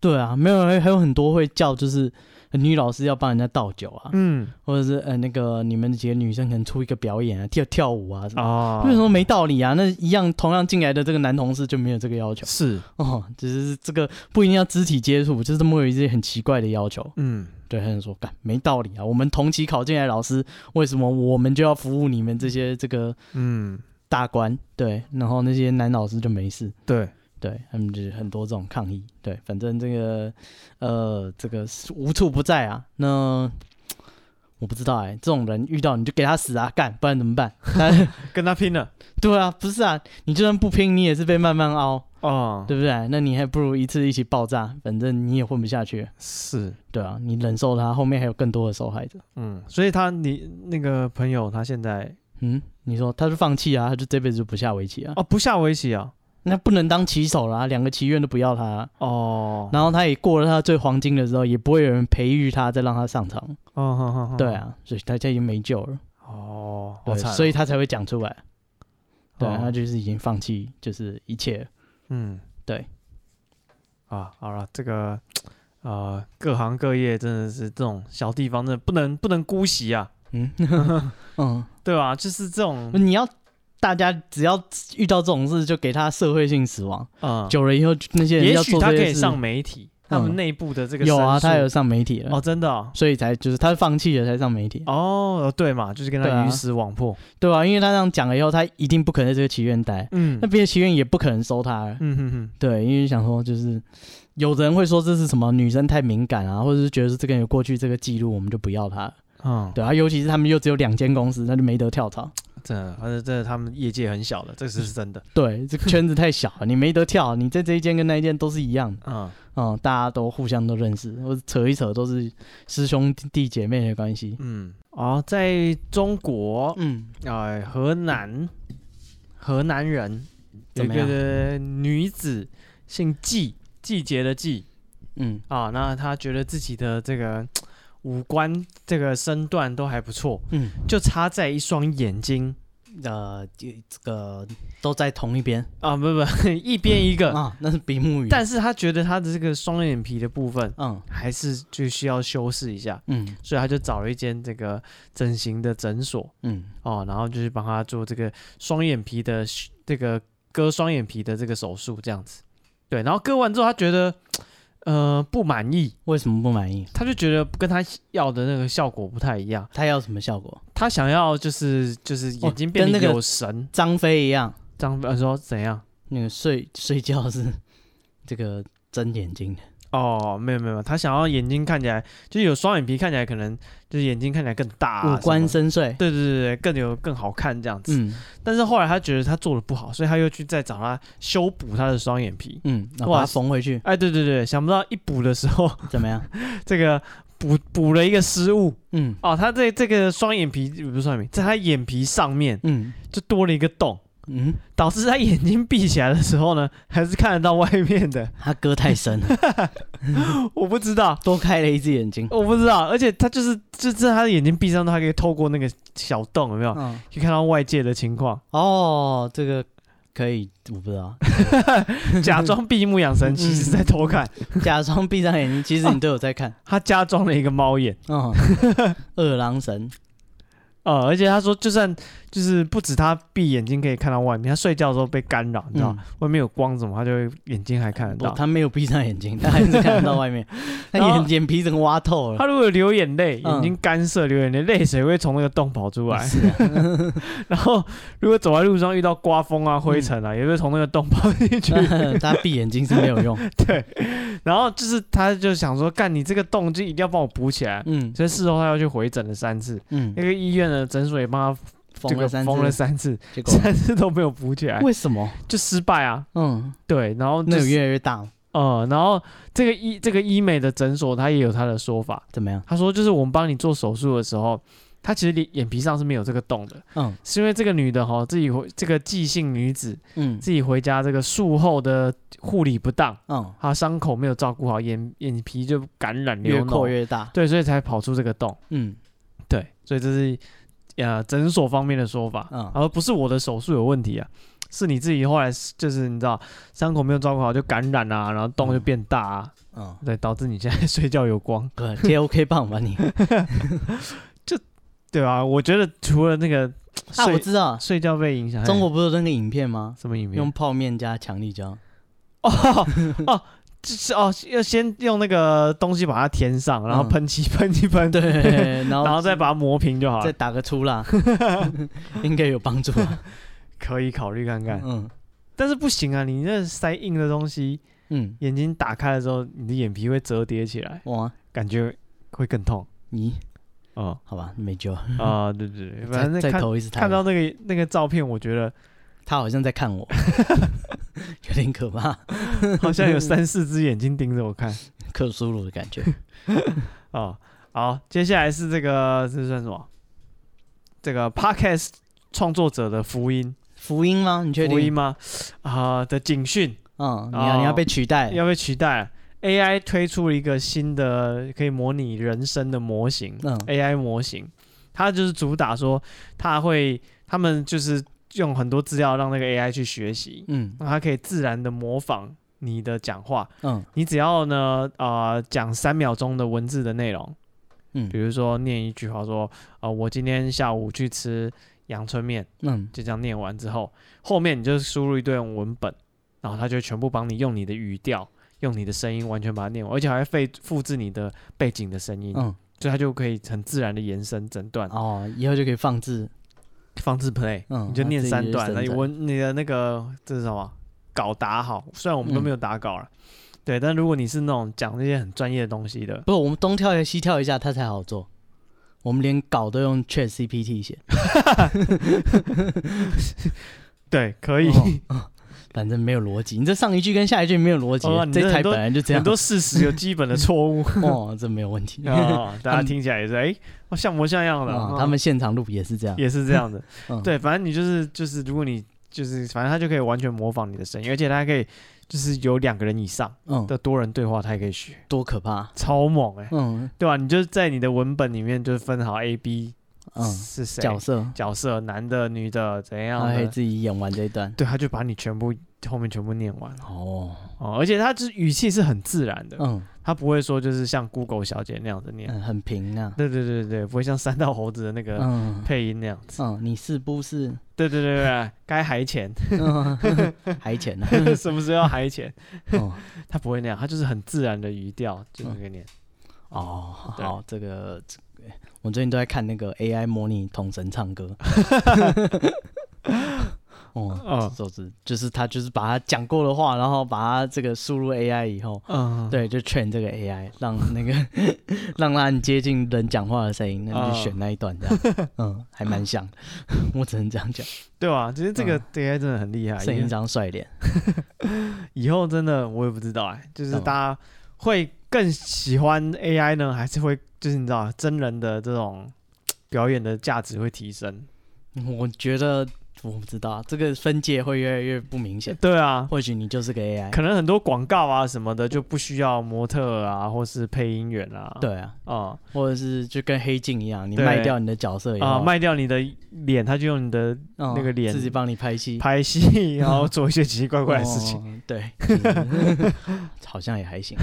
Speaker 2: 对啊，没有还有很多会叫就是呃女老师要帮人家倒酒啊，
Speaker 1: 嗯
Speaker 2: 或者是呃那个你们几个女生可能出一个表演啊，跳跳舞啊什么的。
Speaker 1: 啊，
Speaker 2: 为什么没道理啊？那一样同样进来的这个男同事就没有这个要求
Speaker 1: 是
Speaker 2: 哦，只是这个不一定要肢体接触，就是这么有一些很奇怪的要求。
Speaker 1: 嗯
Speaker 2: 对，他就说干没道理啊！我们同期考进来的老师，为什么我们就要服务你们这些这个
Speaker 1: 嗯
Speaker 2: 大官？对，然后那些男老师就没事。
Speaker 1: 对，
Speaker 2: 对他们就是很多这种抗议。对，反正这个呃，这个是无处不在啊。那我不知道哎、这种人遇到你就给他死啊，干，不然怎么办？但
Speaker 1: 跟他拼了
Speaker 2: 对啊，不是啊，你就算不拼，你也是被慢慢凹，
Speaker 1: 哦，
Speaker 2: 啊对不对？那你还不如一次一起爆炸，反正你也混不下去。
Speaker 1: 是
Speaker 2: 对啊，你忍受它，后面还有更多的受害者。
Speaker 1: 嗯，所以他你那个朋友他现在
Speaker 2: 嗯，你说他就放弃啊，他就这辈子就不下围棋啊，
Speaker 1: 哦不下围棋啊
Speaker 2: 那不能当棋手啦，两个棋院都不要他啊，
Speaker 1: 哦，
Speaker 2: 然后他也过了他最黄金的时候，也不会有人培育他再让他上场。
Speaker 1: 哦哼哼哼
Speaker 2: 对啊，所以他现在已经没救了，
Speaker 1: 哦，好
Speaker 2: 对，
Speaker 1: 惨哦，
Speaker 2: 所以他才会讲出来。对啊，
Speaker 1: 哦
Speaker 2: 他就是已经放弃，就是一切了。
Speaker 1: 嗯
Speaker 2: 对
Speaker 1: 啊，好了，这个呃各行各业真的是这种小地方，真的不能不能姑息啊，
Speaker 2: 嗯 嗯。
Speaker 1: 对吧？就是这种
Speaker 2: 你要大家只要遇到这种事，就给他社会性死亡。
Speaker 1: 嗯，
Speaker 2: 久了以后，那些人
Speaker 1: 也
Speaker 2: 要
Speaker 1: 许
Speaker 2: 做
Speaker 1: 他
Speaker 2: 这
Speaker 1: 可
Speaker 2: 些
Speaker 1: 以
Speaker 2: 事，嗯
Speaker 1: 上媒体，他们内部的这个
Speaker 2: 有啊，
Speaker 1: 申
Speaker 2: 他有
Speaker 1: 诉
Speaker 2: 上媒体了，
Speaker 1: 哦，真的哦
Speaker 2: 所以才就是他放弃了才上媒体，
Speaker 1: 哦，对嘛，就是跟
Speaker 2: 对
Speaker 1: 他
Speaker 2: 啊
Speaker 1: 鱼死网破，
Speaker 2: 对啊？因为他这样讲了以后，他一定不可能在这个祈愿待，
Speaker 1: 嗯
Speaker 2: 那别的祈愿也不可能收他了。
Speaker 1: 嗯哼哼，
Speaker 2: 对，因为想说就是，有的人会说这是什么女生太敏感啊，或者是觉得是这个人有过去这个记录，我们就不要他了。
Speaker 1: 嗯，
Speaker 2: 对啊，尤其是他们又只有两间公司，那就没得跳槽。
Speaker 1: 真的，反正真的他们业界很小的，这是是真的，
Speaker 2: 对，这个圈子太小 了，你没得跳，你在这一间跟那一间都是一样的。
Speaker 1: 嗯
Speaker 2: 嗯，大家都互相都认识，或者扯一扯都是师兄弟姐妹的关系。
Speaker 1: 嗯，哦，在中国，
Speaker 2: 嗯，
Speaker 1: 呃，河南，河南人有
Speaker 2: 怎
Speaker 1: 一
Speaker 2: 么样
Speaker 1: 个女子姓季，季节的季
Speaker 2: 嗯
Speaker 1: 啊，那她觉得自己的这个五官、这个身段都还不错，
Speaker 2: 嗯，
Speaker 1: 就差在一双眼睛。
Speaker 2: 呃，这这个都在同一边
Speaker 1: 啊，不不， 一边一个，
Speaker 2: 啊，那是比目鱼。
Speaker 1: 但是他觉得他的这个双眼皮的部分
Speaker 2: 嗯
Speaker 1: 还是就需要修饰一下，
Speaker 2: 嗯
Speaker 1: 所以他就找了一间这个整形的诊所
Speaker 2: 嗯
Speaker 1: 哦，然后就是帮他做这个双眼皮的修这个割双眼皮的这个手术这样子。对，然后割完之后，他觉得呃不满意，
Speaker 2: 为什么不满意？
Speaker 1: 他就觉得跟他要的那个效果不太一样，
Speaker 2: 他要什么效果？
Speaker 1: 他想要就是就是
Speaker 2: 哦
Speaker 1: 眼睛变
Speaker 2: 跟
Speaker 1: 得
Speaker 2: 那个
Speaker 1: 有神，
Speaker 2: 张飞一样，
Speaker 1: 张呃说怎样？
Speaker 2: 那个睡睡觉是这个睁眼睛的。
Speaker 1: 哦，没有没有，他想要眼睛看起来就是有双眼皮，看起来可能就是眼睛看起来更大啊、
Speaker 2: 五官
Speaker 1: 是，
Speaker 2: 深邃。
Speaker 1: 对对对对，更有更好看这样子。
Speaker 2: 嗯
Speaker 1: 但是后来他觉得他做的不好，所以他又去再找他修补他的双眼皮。
Speaker 2: 嗯，然后
Speaker 1: 哇
Speaker 2: 把它缝回去
Speaker 1: 哎，对对对，想不到一补的时候，
Speaker 2: 怎么样？
Speaker 1: 这个补补了一个失误
Speaker 2: 嗯
Speaker 1: 哦，他这这个双眼皮不是双眼皮，在他眼皮上面
Speaker 2: 嗯
Speaker 1: 就多了一个洞，
Speaker 2: 嗯，
Speaker 1: 导致他眼睛闭起来的时候呢， 还是看得到外面的。
Speaker 2: 他割太深 了，
Speaker 1: 我不知道，
Speaker 2: 多开了一只眼睛。
Speaker 1: 我不知道，而且他就是就是他的眼睛闭上，他可以透过那个小洞，有没有？
Speaker 2: 嗯，
Speaker 1: 可以看到外界的情况，
Speaker 2: 哦，这个可以，我不知 道，
Speaker 1: 假装闭目养神，其实在偷看。
Speaker 2: 假装闭上眼睛，其实你都有在看。
Speaker 1: 他加装了一个猫眼，
Speaker 2: 嗯，二郎神，
Speaker 1: 呃，而且他说，就算就是不止他闭眼睛可以看到外面，他睡觉的时候被干扰，你知道、
Speaker 2: 嗯
Speaker 1: 外面有光怎么，他就会眼睛还看得
Speaker 2: 不，
Speaker 1: 到。
Speaker 2: 他没有闭上眼睛，他还是看得到 外面，他
Speaker 1: 然后
Speaker 2: 眼眼皮整个挖透了。
Speaker 1: 他如果流眼泪，
Speaker 2: 嗯
Speaker 1: 眼睛干涩，流眼泪，泪水会从那个洞跑出来。
Speaker 2: 是啊
Speaker 1: 然后如果走在路上遇到刮风啊、灰尘
Speaker 2: 嗯
Speaker 1: 啊，也会从那个洞跑进去。
Speaker 2: 他闭眼睛是没 有用。
Speaker 1: 对，然后就是他就想说，干你这个洞就一定要帮我补起来。
Speaker 2: 嗯
Speaker 1: 所以事后他要去回诊了三次，
Speaker 2: 嗯
Speaker 1: 那，个医院的诊所也帮他这
Speaker 2: 缝
Speaker 1: 个
Speaker 2: 了三次，
Speaker 1: 缝了三次，
Speaker 2: 结果
Speaker 1: 三次都没有补起来，
Speaker 2: 为什么？
Speaker 1: 就失败啊。
Speaker 2: 嗯，
Speaker 1: 对，然后就
Speaker 2: 那有
Speaker 1: 是
Speaker 2: 越来越大吗
Speaker 1: 呃，然后这个医这个医美的诊所，他也有他的说法，
Speaker 2: 怎么样？
Speaker 1: 他说就是我们帮你做手术的时候，他其实脸眼皮上是没有这个洞的，
Speaker 2: 嗯
Speaker 1: 是因为这个女的哈自己回这个季姓女子
Speaker 2: 嗯
Speaker 1: 自己回家这个术后的护理不当，
Speaker 2: 嗯，
Speaker 1: 她伤口没有照顾好，眼眼皮就感染
Speaker 2: 越
Speaker 1: 流脓，
Speaker 2: 扩越大。
Speaker 1: 对，所以才跑出这个洞，
Speaker 2: 嗯
Speaker 1: 对，所以这是呃诊所方面的说法，
Speaker 2: 嗯
Speaker 1: 而不是我的手术有问题啊。是你自己后来就是你知道伤口没有照顾好就感染啊，然后洞就变大啊，
Speaker 2: 嗯，
Speaker 1: 对，导致你现在睡觉有光，
Speaker 2: 对，贴嗯 OK 棒吧 你？啊
Speaker 1: 对啊，我觉得除了那个
Speaker 2: 啊，
Speaker 1: 睡、
Speaker 2: 我知道，
Speaker 1: 睡觉被影响，
Speaker 2: 中国不是有那个影片吗
Speaker 1: 哎？什么哎影片
Speaker 2: 用？泡面加强 力胶。
Speaker 1: 哦哦，就是哦，要先用那个东西把它填上，然后
Speaker 2: 嗯
Speaker 1: 喷漆喷一喷，
Speaker 2: 对，然 后
Speaker 1: 然后再把它磨平就好
Speaker 2: 再
Speaker 1: 了，
Speaker 2: 打个出 蜡，应该有帮助吧？
Speaker 1: 可以考虑看看。
Speaker 2: 嗯
Speaker 1: 但是不行啊，你那塞硬的东西，
Speaker 2: 嗯，
Speaker 1: 眼睛打开的时候，你的眼皮会折叠起来，
Speaker 2: 哇，
Speaker 1: 感觉会更痛。
Speaker 2: 你
Speaker 1: 哦
Speaker 2: 好吧，没救，
Speaker 1: 啊、 对对对，反正
Speaker 2: 再再
Speaker 1: 看
Speaker 2: 投一次他
Speaker 1: 看到那个那个照片，我觉得
Speaker 2: 他好像在 看我，有点可怕，
Speaker 1: 好像有三四只眼睛盯着 我看。
Speaker 2: 克苏鲁的感觉。
Speaker 1: 哦，好，接下来是这个这算什么？这个 podcast 创作者的福音，
Speaker 2: 福音吗？你确
Speaker 1: 福音
Speaker 2: 定？
Speaker 1: 吗？啊、的警讯
Speaker 2: 嗯，你要你要被取代，
Speaker 1: 要被取代了。AI 推出了一个新的可以模拟人声的模型、
Speaker 2: 嗯
Speaker 1: a i 模型，它就是主打说它会，他们就是用很多资料让那个 AI 去学习，
Speaker 2: 嗯
Speaker 1: 那它可以自然的模仿你的讲话，
Speaker 2: 嗯
Speaker 1: 你只要呢啊讲三秒钟的文字的内容，比
Speaker 2: 嗯
Speaker 1: 如说念一句话说，啊，我今天下午去吃阳春面，
Speaker 2: 嗯，
Speaker 1: 就这样念完之后，后面你就输入一段文本，然后他就全部帮你用你的语调、用你的声音完全把它念完，而且还会废复制你的背景的声音，
Speaker 2: 嗯
Speaker 1: 所以它就可以很自然的延伸整段，
Speaker 2: 哦，以后就可以放置，
Speaker 1: 放置 play，、
Speaker 2: 嗯
Speaker 1: 你就
Speaker 2: 它
Speaker 1: 念
Speaker 2: 自己
Speaker 1: 三
Speaker 2: 就
Speaker 1: 段，
Speaker 2: 生
Speaker 1: 那你
Speaker 2: 成
Speaker 1: 文你的那个这是什么稿打好，虽然我们都
Speaker 2: 嗯
Speaker 1: 没有打稿了。对，但如果你是那种讲那些很专业的东西的，
Speaker 2: 不，我们东跳一下西跳一下，它才好做。我们连稿都用 Chat CPT 写，
Speaker 1: 对，可以，
Speaker 2: 哦反正没有逻辑。你这上一句跟下一句没有逻辑
Speaker 1: 哦，你这
Speaker 2: 这台
Speaker 1: 很多
Speaker 2: 本来就这
Speaker 1: 很
Speaker 2: 样。
Speaker 1: 多事实有基本的错误，
Speaker 2: 哦，这没有问 题。
Speaker 1: 哦，大家
Speaker 2: 们
Speaker 1: 听起来也是哎、哦像模像 样的、
Speaker 2: 啊
Speaker 1: 哦，
Speaker 2: 他们现场录也是这样。
Speaker 1: 也是这样的。
Speaker 2: 嗯
Speaker 1: 对，反正你就是就是，如果你就是，反正他就可以完全模仿你的声音，而且他还可以就是有两个人以上
Speaker 2: 嗯，
Speaker 1: 的多人对话，他也可以学，
Speaker 2: 多可怕。
Speaker 1: 超猛哎、
Speaker 2: 嗯
Speaker 1: 对吧、你就是在你的文本里面就是分好 A、B
Speaker 2: 嗯，
Speaker 1: 是谁
Speaker 2: 角色，啊
Speaker 1: 角色，男的、女的怎
Speaker 2: 他
Speaker 1: 样
Speaker 2: 可以
Speaker 1: 的，
Speaker 2: 自己演完这一段。
Speaker 1: 对，他就把你全部后面全部念完了
Speaker 2: 哦，
Speaker 1: 哦，而且他就是语气是很自然的，
Speaker 2: 嗯
Speaker 1: 他不会说就是像 Google 小姐那样子念。
Speaker 2: 嗯，很平啊。
Speaker 1: 对对对对对，不会像三道猴子的那个
Speaker 2: 嗯
Speaker 1: 配音那样子。
Speaker 2: 嗯，你是 不是
Speaker 1: 对对对对，该还钱，
Speaker 2: 嗯还 浅呢？
Speaker 1: 什么时候要还钱？
Speaker 2: 哦
Speaker 1: 他不会那样，他就是很自然的语调，就是给你。
Speaker 2: 哦，
Speaker 1: 对
Speaker 2: 好，这个这个我最近都在看那个 AI 模拟童声 唱歌。哦
Speaker 1: 嗯，
Speaker 2: 就是就是他就是把他讲过的话，然后把他这个输入 AI 以后，
Speaker 1: 嗯，
Speaker 2: 对，就劝这个 AI 让那个 让它很接近人讲话的声音，那你就选那一段这 样，嗯，还蛮像的， 我只能这样讲，
Speaker 1: 对吧？其实这个
Speaker 2: 嗯
Speaker 1: AI 真的很厉害，
Speaker 2: 剩一
Speaker 1: 以后
Speaker 2: 张帅脸，
Speaker 1: 以后真的我也不知道哎，就是
Speaker 2: 嗯
Speaker 1: 大家会更喜欢 AI 呢，还是会就是你知道真人的这种表演的价值会提升。
Speaker 2: 我觉得我不知道这个分界会越来越不 明显，
Speaker 1: 对啊，
Speaker 2: 或许你就是个 AI。
Speaker 1: 可能很多广告啊什么的就不需要模特啊，或是配音员啊。
Speaker 2: 对啊，
Speaker 1: 啊
Speaker 2: 或者是就跟黑镜一样，你
Speaker 1: 对
Speaker 2: 卖掉你的角色以后，
Speaker 1: 啊，卖掉你的脸，他就用你的
Speaker 2: 嗯
Speaker 1: 那个脸
Speaker 2: 自己帮你拍戏，
Speaker 1: 拍戏，然
Speaker 2: 嗯
Speaker 1: 后做一些奇奇怪怪的事情。
Speaker 2: 哦对， 好像也还行，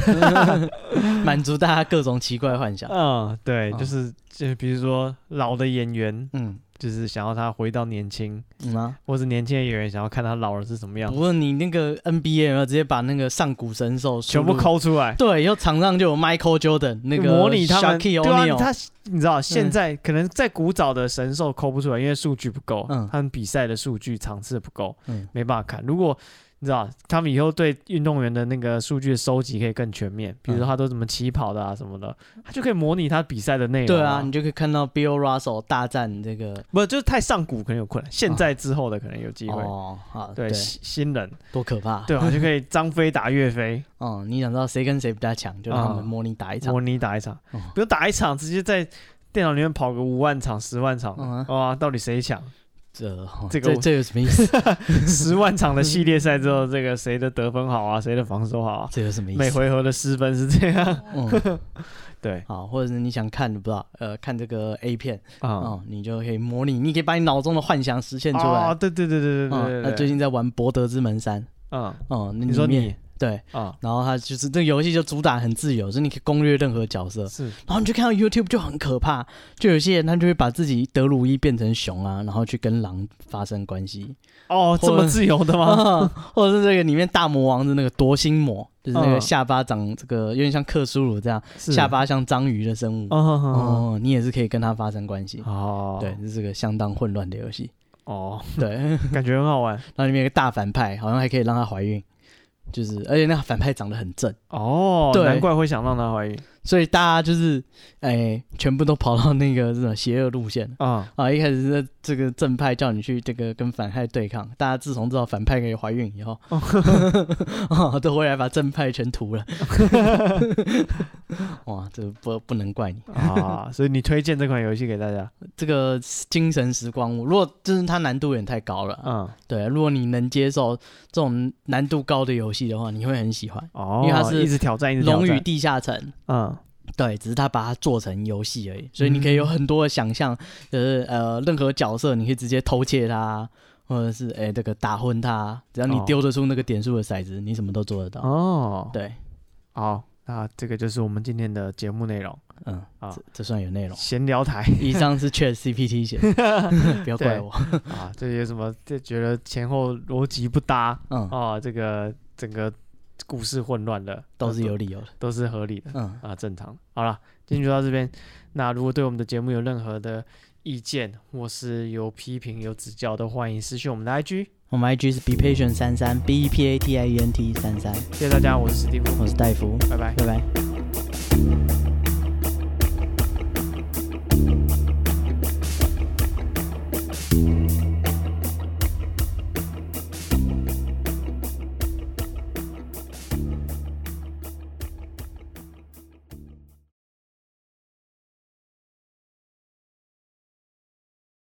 Speaker 2: 满足大家各种奇怪幻想。
Speaker 1: 嗯，对，
Speaker 2: 哦
Speaker 1: 就是就是比如说老的演员，
Speaker 2: 嗯，
Speaker 1: 就是想要他回到年轻，
Speaker 2: 嗯啊，
Speaker 1: 或是年轻的演员想要看他老了是什么样
Speaker 2: 不，论你那个 NBA 有没有直接把那个上古神兽输
Speaker 1: 全部
Speaker 2: 入，
Speaker 1: 抠出来。
Speaker 2: 对，以后场上就有 Michael Jordan 那个
Speaker 1: 模拟他们，
Speaker 2: Shaquille
Speaker 1: 对啊，
Speaker 2: O'Neal 嗯
Speaker 1: 他你知道现在可能在古早的神兽抠不出来，因为数据不够，
Speaker 2: 嗯
Speaker 1: 他们比赛的数据场次不够，
Speaker 2: 嗯
Speaker 1: 没办法看。如果你知道他们以后对运动员的那个数据的收集可以更全面，
Speaker 2: 嗯
Speaker 1: 比如说他都怎么起跑的啊什么的，他就可以模拟他比赛的内容、
Speaker 2: 对啊，你，就可以看到 Bill Russell 大战这个
Speaker 1: 不就是太上古可能有困难，现在之后的可能有机会。
Speaker 2: 哦，好，
Speaker 1: 对新新人，
Speaker 2: 多可怕！
Speaker 1: 对啊，就可以张飞打岳飞，
Speaker 2: 哦，你想知道谁跟谁比较强，就让他们
Speaker 1: 啊
Speaker 2: 模拟打一场
Speaker 1: 模。拟打一场
Speaker 2: 哦，
Speaker 1: 比如打一场，直接在电脑里面跑个五万场、十万场，
Speaker 2: 嗯啊
Speaker 1: 哇，到底谁强？
Speaker 2: 这哦
Speaker 1: 这
Speaker 2: 这
Speaker 1: 个我
Speaker 2: 这有什么意 思？
Speaker 1: 十万场的系列赛之后，这个谁的得分好啊，谁的防守好啊，
Speaker 2: 这有什么意思？
Speaker 1: 每回合的失分是这样。
Speaker 2: 嗯，
Speaker 1: 对
Speaker 2: 好，或者是你想看，不知道，呃，看这个 A 片，
Speaker 1: 啊，
Speaker 2: 哦，你就可以模拟，你可以把你脑中的幻想实现出
Speaker 1: 哦，
Speaker 2: 来。
Speaker 1: 对对对对对对对
Speaker 2: 嗯，他最
Speaker 1: 对，
Speaker 2: 近在玩《博德之门三》，
Speaker 1: 嗯，
Speaker 2: 哦，那
Speaker 1: 你说
Speaker 2: 里面
Speaker 1: 你
Speaker 2: 对，
Speaker 1: 啊，
Speaker 2: 然后他就是这个游戏就主打很自由，就是你可以攻略任何角色，
Speaker 1: 是
Speaker 2: 然后你就看到 YouTube 就很可怕，就有些人他就会把自己德鲁伊变成熊啊，然后去跟狼发生关系，
Speaker 1: 哦，这么自由的 吗？
Speaker 2: 啊，或者是这个里面大魔王的那个夺心魔，就是那个
Speaker 1: 嗯
Speaker 2: 下巴长这个有点像克苏鲁这样，
Speaker 1: 是
Speaker 2: 下巴像章鱼的生物。
Speaker 1: 哦 哦
Speaker 2: 哦，你也是可以跟他发生关系
Speaker 1: 哦。哦，
Speaker 2: 对，这是个相当混乱的游戏。
Speaker 1: 哦，
Speaker 2: 对，然
Speaker 1: 感觉很好玩
Speaker 2: 后里面有个大反派，好像还可以让她怀孕，就是而且那个反派长得很正，
Speaker 1: 哦，
Speaker 2: 对
Speaker 1: 难怪会想让他怀孕
Speaker 2: 所以大家就是哎、全部都跑到那个这种邪恶路线。
Speaker 1: 啊，
Speaker 2: 啊，一开始是这个正派叫你去这个跟反派对抗，大家自从知道反派可以怀孕以后， 哦、都回来把正派全屠了。 哇，这不不能怪你，
Speaker 1: 啊，所以你推荐这款游戏给大家，
Speaker 2: 这个精神时光屋，如果真是它难度有点太高了，
Speaker 1: 嗯，
Speaker 2: 对，如果你能接受这种难度高的游戏的话，你会很喜欢
Speaker 1: 哦，
Speaker 2: 因为它是
Speaker 1: 一直挑战，一直
Speaker 2: 《
Speaker 1: 挑
Speaker 2: 龙与
Speaker 1: 战，
Speaker 2: 地下城
Speaker 1: 嗯》。
Speaker 2: 对，只是它把它做成游戏而已，所以你可以有很多的想象，就是呃，任何角色你可以直接偷窃它，或者是哎、这个打昏它，只要你
Speaker 1: 哦
Speaker 2: 丢得出那个点数的骰子，你什么都做得到。
Speaker 1: 哦，
Speaker 2: 对，
Speaker 1: 好，那这个就是我们今天的节目内容，
Speaker 2: 嗯，
Speaker 1: 啊
Speaker 2: 这这算有内容。
Speaker 1: 闲聊 台。
Speaker 2: 以上是 Chat CPT 写， 的，不要怪我。
Speaker 1: 啊，这些什么这觉得前后逻辑不搭
Speaker 2: 嗯，
Speaker 1: 啊，这个整个故事混乱的，
Speaker 2: 都是有理由的。
Speaker 1: 都是合理的
Speaker 2: 嗯，
Speaker 1: 啊，正常。好了，今天就到这边。那如果对我们的节目有任何的意见或是有批评、有指教的，欢迎私讯我们的 IG。
Speaker 2: 我们 IG 是 be patient 三三 b e p a t i e n t 三三，
Speaker 1: 谢谢大家，我是史蒂夫，
Speaker 2: 我是戴夫，
Speaker 1: 拜拜。
Speaker 2: 拜拜。